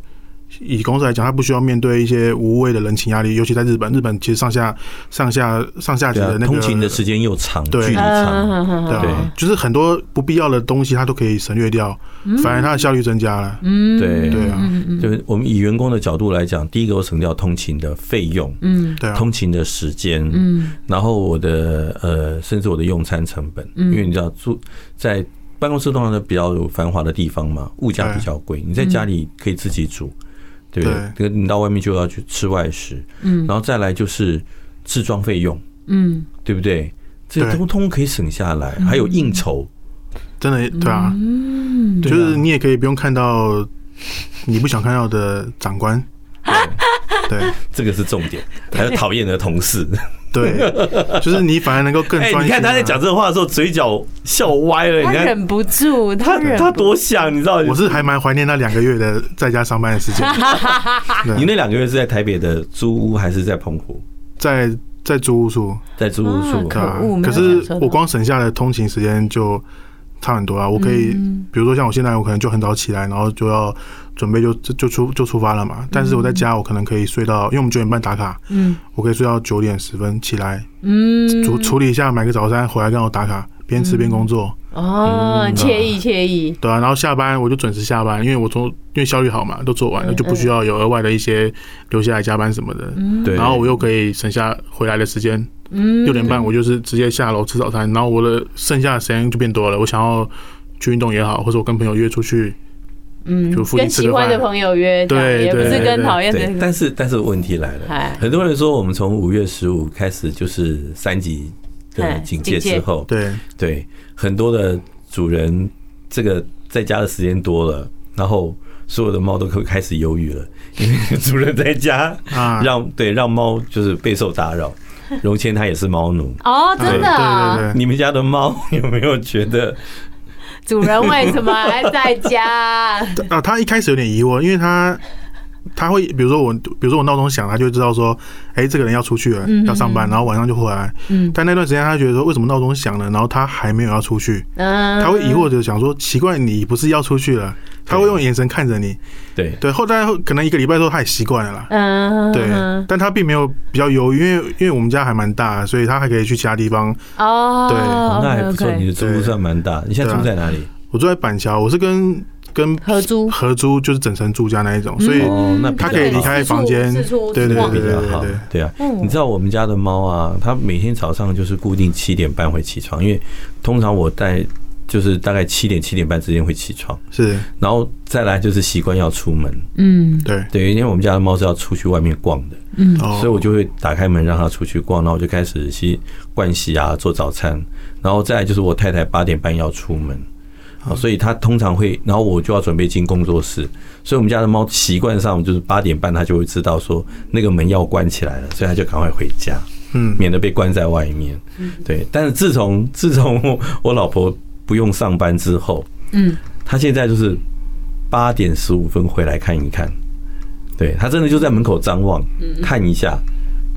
[SPEAKER 4] 以公司来讲，他不需要面对一些无谓的人情压力，尤其在日本。日本其实上下上下上下级
[SPEAKER 2] 对
[SPEAKER 4] 的
[SPEAKER 2] 啊，
[SPEAKER 4] 那个
[SPEAKER 2] 通勤的时间又长，距
[SPEAKER 4] 对
[SPEAKER 2] 离长，
[SPEAKER 3] 嗯
[SPEAKER 4] 对
[SPEAKER 2] 对
[SPEAKER 4] 啊，就是很多不必要的东西，他都可以省略掉，反而他的效率增加了。
[SPEAKER 3] 嗯
[SPEAKER 2] 对
[SPEAKER 4] 对啊，
[SPEAKER 2] 就是我们以员工的角度来讲，第一个我省掉通勤的费用，
[SPEAKER 3] 嗯
[SPEAKER 4] 对啊，
[SPEAKER 2] 通勤的时间，嗯，然后我的呃，甚至我的用餐成本，因为你知道住在办公室通常都比较有繁华的地方嘛，物价
[SPEAKER 4] 对
[SPEAKER 2] 比较贵，你在家里可以自己煮，对不对
[SPEAKER 4] 对？
[SPEAKER 2] 这个你到外面就要去吃外食，嗯，然后再来就是置装费用，
[SPEAKER 3] 嗯，
[SPEAKER 2] 对不对？这些
[SPEAKER 4] 对
[SPEAKER 2] 通通可以省下来，还有应酬，
[SPEAKER 4] 真的对啊，就是你也可以不用看到你不想看到的长官，对
[SPEAKER 2] 这个是重点，还有讨厌的同事。
[SPEAKER 4] 对，就是你反而能够更
[SPEAKER 2] 哎，
[SPEAKER 4] 专
[SPEAKER 2] 你
[SPEAKER 4] 心啊。
[SPEAKER 2] 看他在讲这话的时候，嘴角笑歪了，
[SPEAKER 3] 他
[SPEAKER 2] 你看
[SPEAKER 3] 忍不住，他
[SPEAKER 2] 他
[SPEAKER 3] 忍
[SPEAKER 2] 他
[SPEAKER 3] 不
[SPEAKER 2] 多想，你知道？
[SPEAKER 4] 我是还蛮怀念那两个月的在家上班的时间，
[SPEAKER 2] 你那两个月是在台北的租屋还是在澎湖？
[SPEAKER 4] 在在租屋处，
[SPEAKER 2] 在租屋处，
[SPEAKER 4] 对啊
[SPEAKER 3] 可恶没有
[SPEAKER 4] 可是
[SPEAKER 3] 享受到
[SPEAKER 4] 我光省下的通勤时间就差很多啊！我可以，
[SPEAKER 3] 嗯
[SPEAKER 4] 比如说像我现在，我可能就很早起来，然后就要准备就就就出就出发了
[SPEAKER 3] 嗯
[SPEAKER 4] 嘛。但是我在家，我可能可以睡到，因为我们九点半打卡，嗯，我可以睡到九点十分起来，嗯，处处理一下，买个早餐回来跟我打卡，边吃边工作，
[SPEAKER 3] 哦，惬意惬意，
[SPEAKER 4] 嗯对啊。然后下班我就准时下班，因为我从因为效率好嘛，都做完了，就不需要有额外的一些留下来加班什么的，
[SPEAKER 3] 嗯
[SPEAKER 2] 对，
[SPEAKER 3] 哦
[SPEAKER 4] 然后我又可以省下回来的时间，六点半我就是直接下楼吃早餐，然后我的剩下的时间就变多了。我想要去运动也好，或者我跟朋友约出去，
[SPEAKER 3] 嗯
[SPEAKER 4] 就，附近
[SPEAKER 3] 跟
[SPEAKER 4] 吃
[SPEAKER 3] 喜
[SPEAKER 4] 个
[SPEAKER 3] 欢的
[SPEAKER 4] 饭。
[SPEAKER 3] 朋友约这样，
[SPEAKER 4] 对
[SPEAKER 3] 也不
[SPEAKER 4] 对
[SPEAKER 3] 是
[SPEAKER 4] 对
[SPEAKER 3] 跟
[SPEAKER 4] 对
[SPEAKER 3] 讨厌的
[SPEAKER 2] 对，但是但是问题来
[SPEAKER 3] 嗨
[SPEAKER 2] 了，很多人说我们从五月十五开始就是三级的
[SPEAKER 3] 嗨
[SPEAKER 2] 警戒
[SPEAKER 3] 警戒
[SPEAKER 2] 之后，
[SPEAKER 4] 对，
[SPEAKER 2] 对，很多的主人这个在家的时间多了，然后所有的猫都会开始忧 郁了，因为主人在家，
[SPEAKER 4] 啊
[SPEAKER 2] 让对让猫就是备受打扰。荣谦他也是猫奴，
[SPEAKER 3] 哦，真的啊、
[SPEAKER 4] 对对对，
[SPEAKER 2] 你们家的猫 有没有觉得
[SPEAKER 3] 主人为什么还在 家？
[SPEAKER 4] 啊，他一开始有点疑惑，因为他他会比如说我，比如说我闹钟响，他就会知道说，哎、这个人要出去了，要上班，然后晚上就回来。
[SPEAKER 3] 嗯
[SPEAKER 4] 但那段时间他觉得说，为什么闹钟响了，然后他还没有要出去，
[SPEAKER 3] 嗯，
[SPEAKER 4] 他会疑惑的想说，奇怪，你不是要出去了？他会用眼神看着你。
[SPEAKER 2] 对？
[SPEAKER 4] 对，后来可能一个礼拜之后，他也习惯了啦。
[SPEAKER 3] 嗯，
[SPEAKER 4] 对，但他并没有比较犹豫，因为因为我们家还蛮大，所以他还可以去其他地方。
[SPEAKER 3] 哦，
[SPEAKER 4] 对
[SPEAKER 2] 哦那还不错，你
[SPEAKER 3] OK，OK
[SPEAKER 2] 的租屋算蛮大。你现在
[SPEAKER 4] 对啊
[SPEAKER 2] 住在哪里？
[SPEAKER 4] 我住在板桥，我是跟跟
[SPEAKER 3] 合 租
[SPEAKER 4] 合租，就是整层住家那一种，所以
[SPEAKER 2] 哦，那比较
[SPEAKER 4] 啊他可以
[SPEAKER 2] 好
[SPEAKER 4] 离开房间
[SPEAKER 3] 四处，
[SPEAKER 4] 对对
[SPEAKER 3] 四
[SPEAKER 4] 对
[SPEAKER 3] 处
[SPEAKER 2] 比
[SPEAKER 4] 对
[SPEAKER 2] 较
[SPEAKER 4] 对
[SPEAKER 2] 好
[SPEAKER 4] 对。，
[SPEAKER 2] 对啊，你知道我们家的猫啊，它每天早上就是固定七点半会起床，因为通常我带就是大概七点七点半之间会起床，
[SPEAKER 4] 是，
[SPEAKER 2] 然后再来就是习惯要出门。
[SPEAKER 3] 嗯，
[SPEAKER 4] 对，
[SPEAKER 2] 对，因为我们家的猫是要出去外面逛的，
[SPEAKER 4] 哦
[SPEAKER 2] 所以我就会打开门让它出去逛，然后我就开始去盥洗啊，做早餐，然后再来就是我太太八点半要出门。
[SPEAKER 4] 嗯
[SPEAKER 2] 啊，所以它通常会，然后我就要准备进工作室，所以我们家的猫习惯上就是八点半它就会知道说那个门要关起来了，所以它就赶快回家，
[SPEAKER 4] 嗯
[SPEAKER 2] 免得被关在外面。对，但是自从 自从我我老婆不用上班之后，
[SPEAKER 3] 嗯，
[SPEAKER 2] 她现在就是八点十五分回来看一看，对他真的就在门口张望，看一下，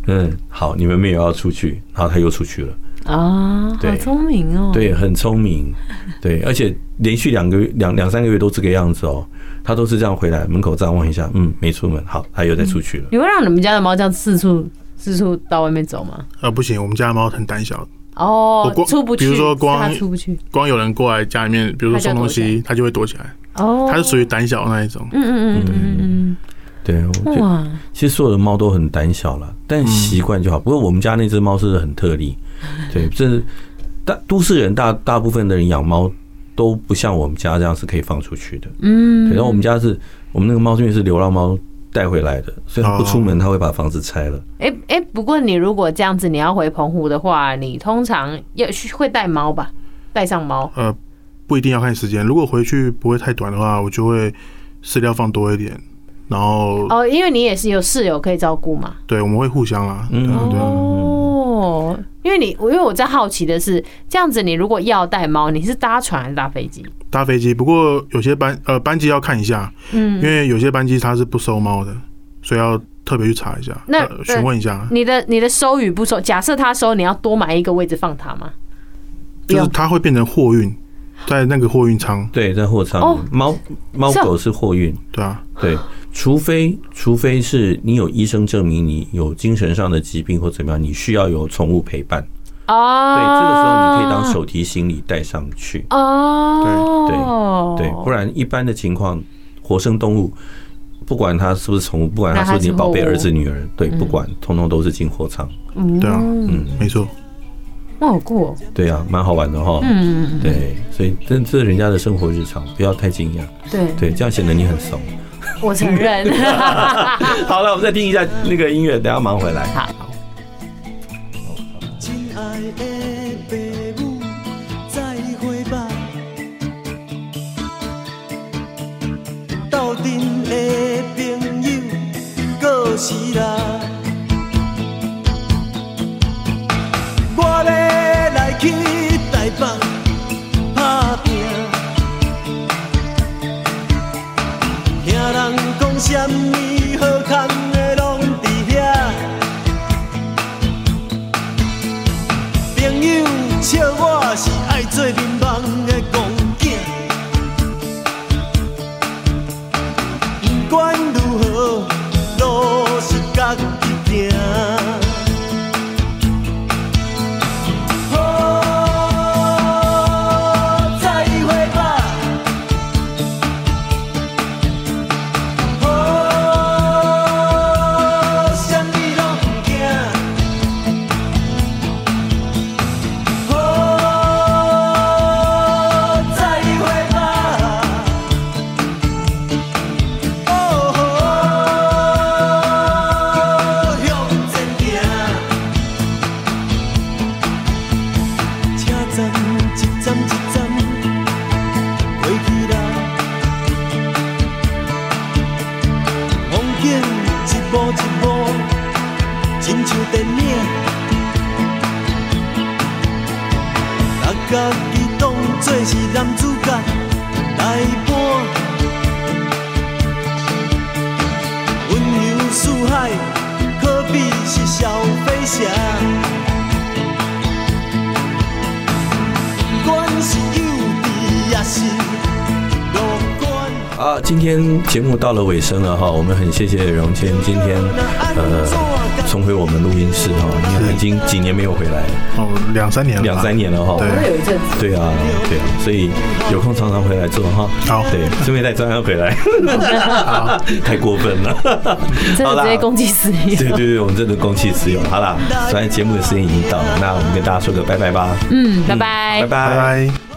[SPEAKER 2] 嗯，好，你们没有要出去，然后他又出去了，
[SPEAKER 3] 啊，好
[SPEAKER 2] 对
[SPEAKER 3] 聪明哦，，
[SPEAKER 2] 对，很聪明，对，而且连续两个月两两三个月都这个样子哦，他都是这样回来门口张望一下，嗯，没出门，好，他又再出去了，
[SPEAKER 3] 你会让你们家的猫这样四处四处到外面走吗？
[SPEAKER 4] 呃，不行，我们家的猫很胆小，
[SPEAKER 3] 哦
[SPEAKER 4] 我，光
[SPEAKER 3] 出不去，
[SPEAKER 4] 比如说光
[SPEAKER 3] 它出不去，
[SPEAKER 4] 光有人过来家里面，比如说送东
[SPEAKER 2] 嗯
[SPEAKER 4] 西，它就会躲起来，
[SPEAKER 3] 哦，
[SPEAKER 4] 它是属于胆小那一种。
[SPEAKER 3] 嗯，嗯嗯嗯嗯
[SPEAKER 2] 对，我觉
[SPEAKER 3] 嗯，
[SPEAKER 2] 得
[SPEAKER 3] 哇，
[SPEAKER 2] 其实所有的猫都很胆小了，但习惯
[SPEAKER 3] 嗯
[SPEAKER 2] 就好。不过我们家那只猫是很特 例，对，这是大都市人大大部分的人养猫都不像我们家这样是可以放出去的。
[SPEAKER 3] 嗯，
[SPEAKER 2] 对，然后我们家是我们那个猫因为是流浪猫带回来的，所以它不出
[SPEAKER 3] 哦
[SPEAKER 2] 门，它会把房子拆了。
[SPEAKER 3] 哎、哎、不过你如果这样子，你要回澎湖的话，你通常要去会带猫吧？带上猫
[SPEAKER 2] 嗯
[SPEAKER 4] 呃，不一定要看时间，如果回去不会太短的话，我就会饲料放多一点，然后
[SPEAKER 3] 哦，因为你也是有室友可以照顾嘛。
[SPEAKER 4] 对，我们会互相啦，对
[SPEAKER 2] 嗯
[SPEAKER 4] 啊对啊。
[SPEAKER 3] 哦，因为你我因为我在好奇的是，这样子你如果要带猫，你是搭船还是搭飞机？
[SPEAKER 4] 搭飞机，不过有些班呃班机要看一下，因
[SPEAKER 3] 嗯，
[SPEAKER 4] 为有些班机它是不收猫的，所以要特别去查一下，
[SPEAKER 3] 那嗯
[SPEAKER 4] 呃询问一下，
[SPEAKER 3] 你的你的收与不收，假设他收，你要多买一个位置放它吗？
[SPEAKER 4] 就是
[SPEAKER 3] 有
[SPEAKER 4] 它会变成货运，在那个货运舱，
[SPEAKER 2] 对，在货
[SPEAKER 3] 哦
[SPEAKER 2] 仓，猫猫
[SPEAKER 3] 是啊
[SPEAKER 2] 狗是货运，
[SPEAKER 4] 对啊，
[SPEAKER 2] 对，除非除非是你有医生证明你有精神上的疾病或怎么样，你需要有宠物陪伴。对，
[SPEAKER 3] 啊，
[SPEAKER 2] 这个时候你可以当手提行李带上去。
[SPEAKER 3] 哦，
[SPEAKER 2] 对，不然一般的情况，活生动物，不管它是不是宠物，不管它
[SPEAKER 3] 那它
[SPEAKER 2] 是你
[SPEAKER 3] 是
[SPEAKER 2] 的宝贝
[SPEAKER 3] 货物嗯
[SPEAKER 2] 儿子女儿，对，不管，通通都是进货仓。
[SPEAKER 4] 对啊，
[SPEAKER 2] 嗯，
[SPEAKER 4] 没错，
[SPEAKER 3] 哇，好酷哦，
[SPEAKER 2] 对啊，蛮好玩的哈。
[SPEAKER 3] 嗯，
[SPEAKER 2] 对，所以这这是人家的生活日常，不要太惊讶。
[SPEAKER 3] 对，
[SPEAKER 2] 对，这样显得你很怂。
[SPEAKER 3] 我承 认。啊
[SPEAKER 2] 好了，我们再听一下那个音乐，等一下忙回来。
[SPEAKER 3] 好，
[SPEAKER 7] 亲爱的爸母，再会吧。斗阵的朋友，过时啦。我要来去台北打拼，听人讲什么好康的拢伫遐。朋友笑我是爱做面盲的戆囝，不管如何，路是角回去啦。风景一步一步，亲像电影，把家己当作是男主角来扮。温柔似海，可比是小飞侠。不管是幼稚，也是乐观。
[SPEAKER 2] 啊，今天节目到了尾声了哈，我们很谢谢荣谦今天呃重回我们录音室哈，你看已经几年没有回来了，
[SPEAKER 4] 哦，两三年了吧，
[SPEAKER 2] 两三年了哈。
[SPEAKER 4] 对
[SPEAKER 3] 会有一阵子，
[SPEAKER 2] 对啊，对啊，所以有空常常回来做哈。
[SPEAKER 4] 好
[SPEAKER 2] 对，顺便带张扬回来， 太过分了。
[SPEAKER 3] 真
[SPEAKER 2] 好啦
[SPEAKER 3] 的直接攻击死你。
[SPEAKER 2] 对对对，我们真的公器私用。好啦，虽然节目的时间已经到了，那我们跟大家说个拜拜吧。
[SPEAKER 3] 嗯，拜
[SPEAKER 2] 拜
[SPEAKER 3] 拜。
[SPEAKER 4] 拜拜。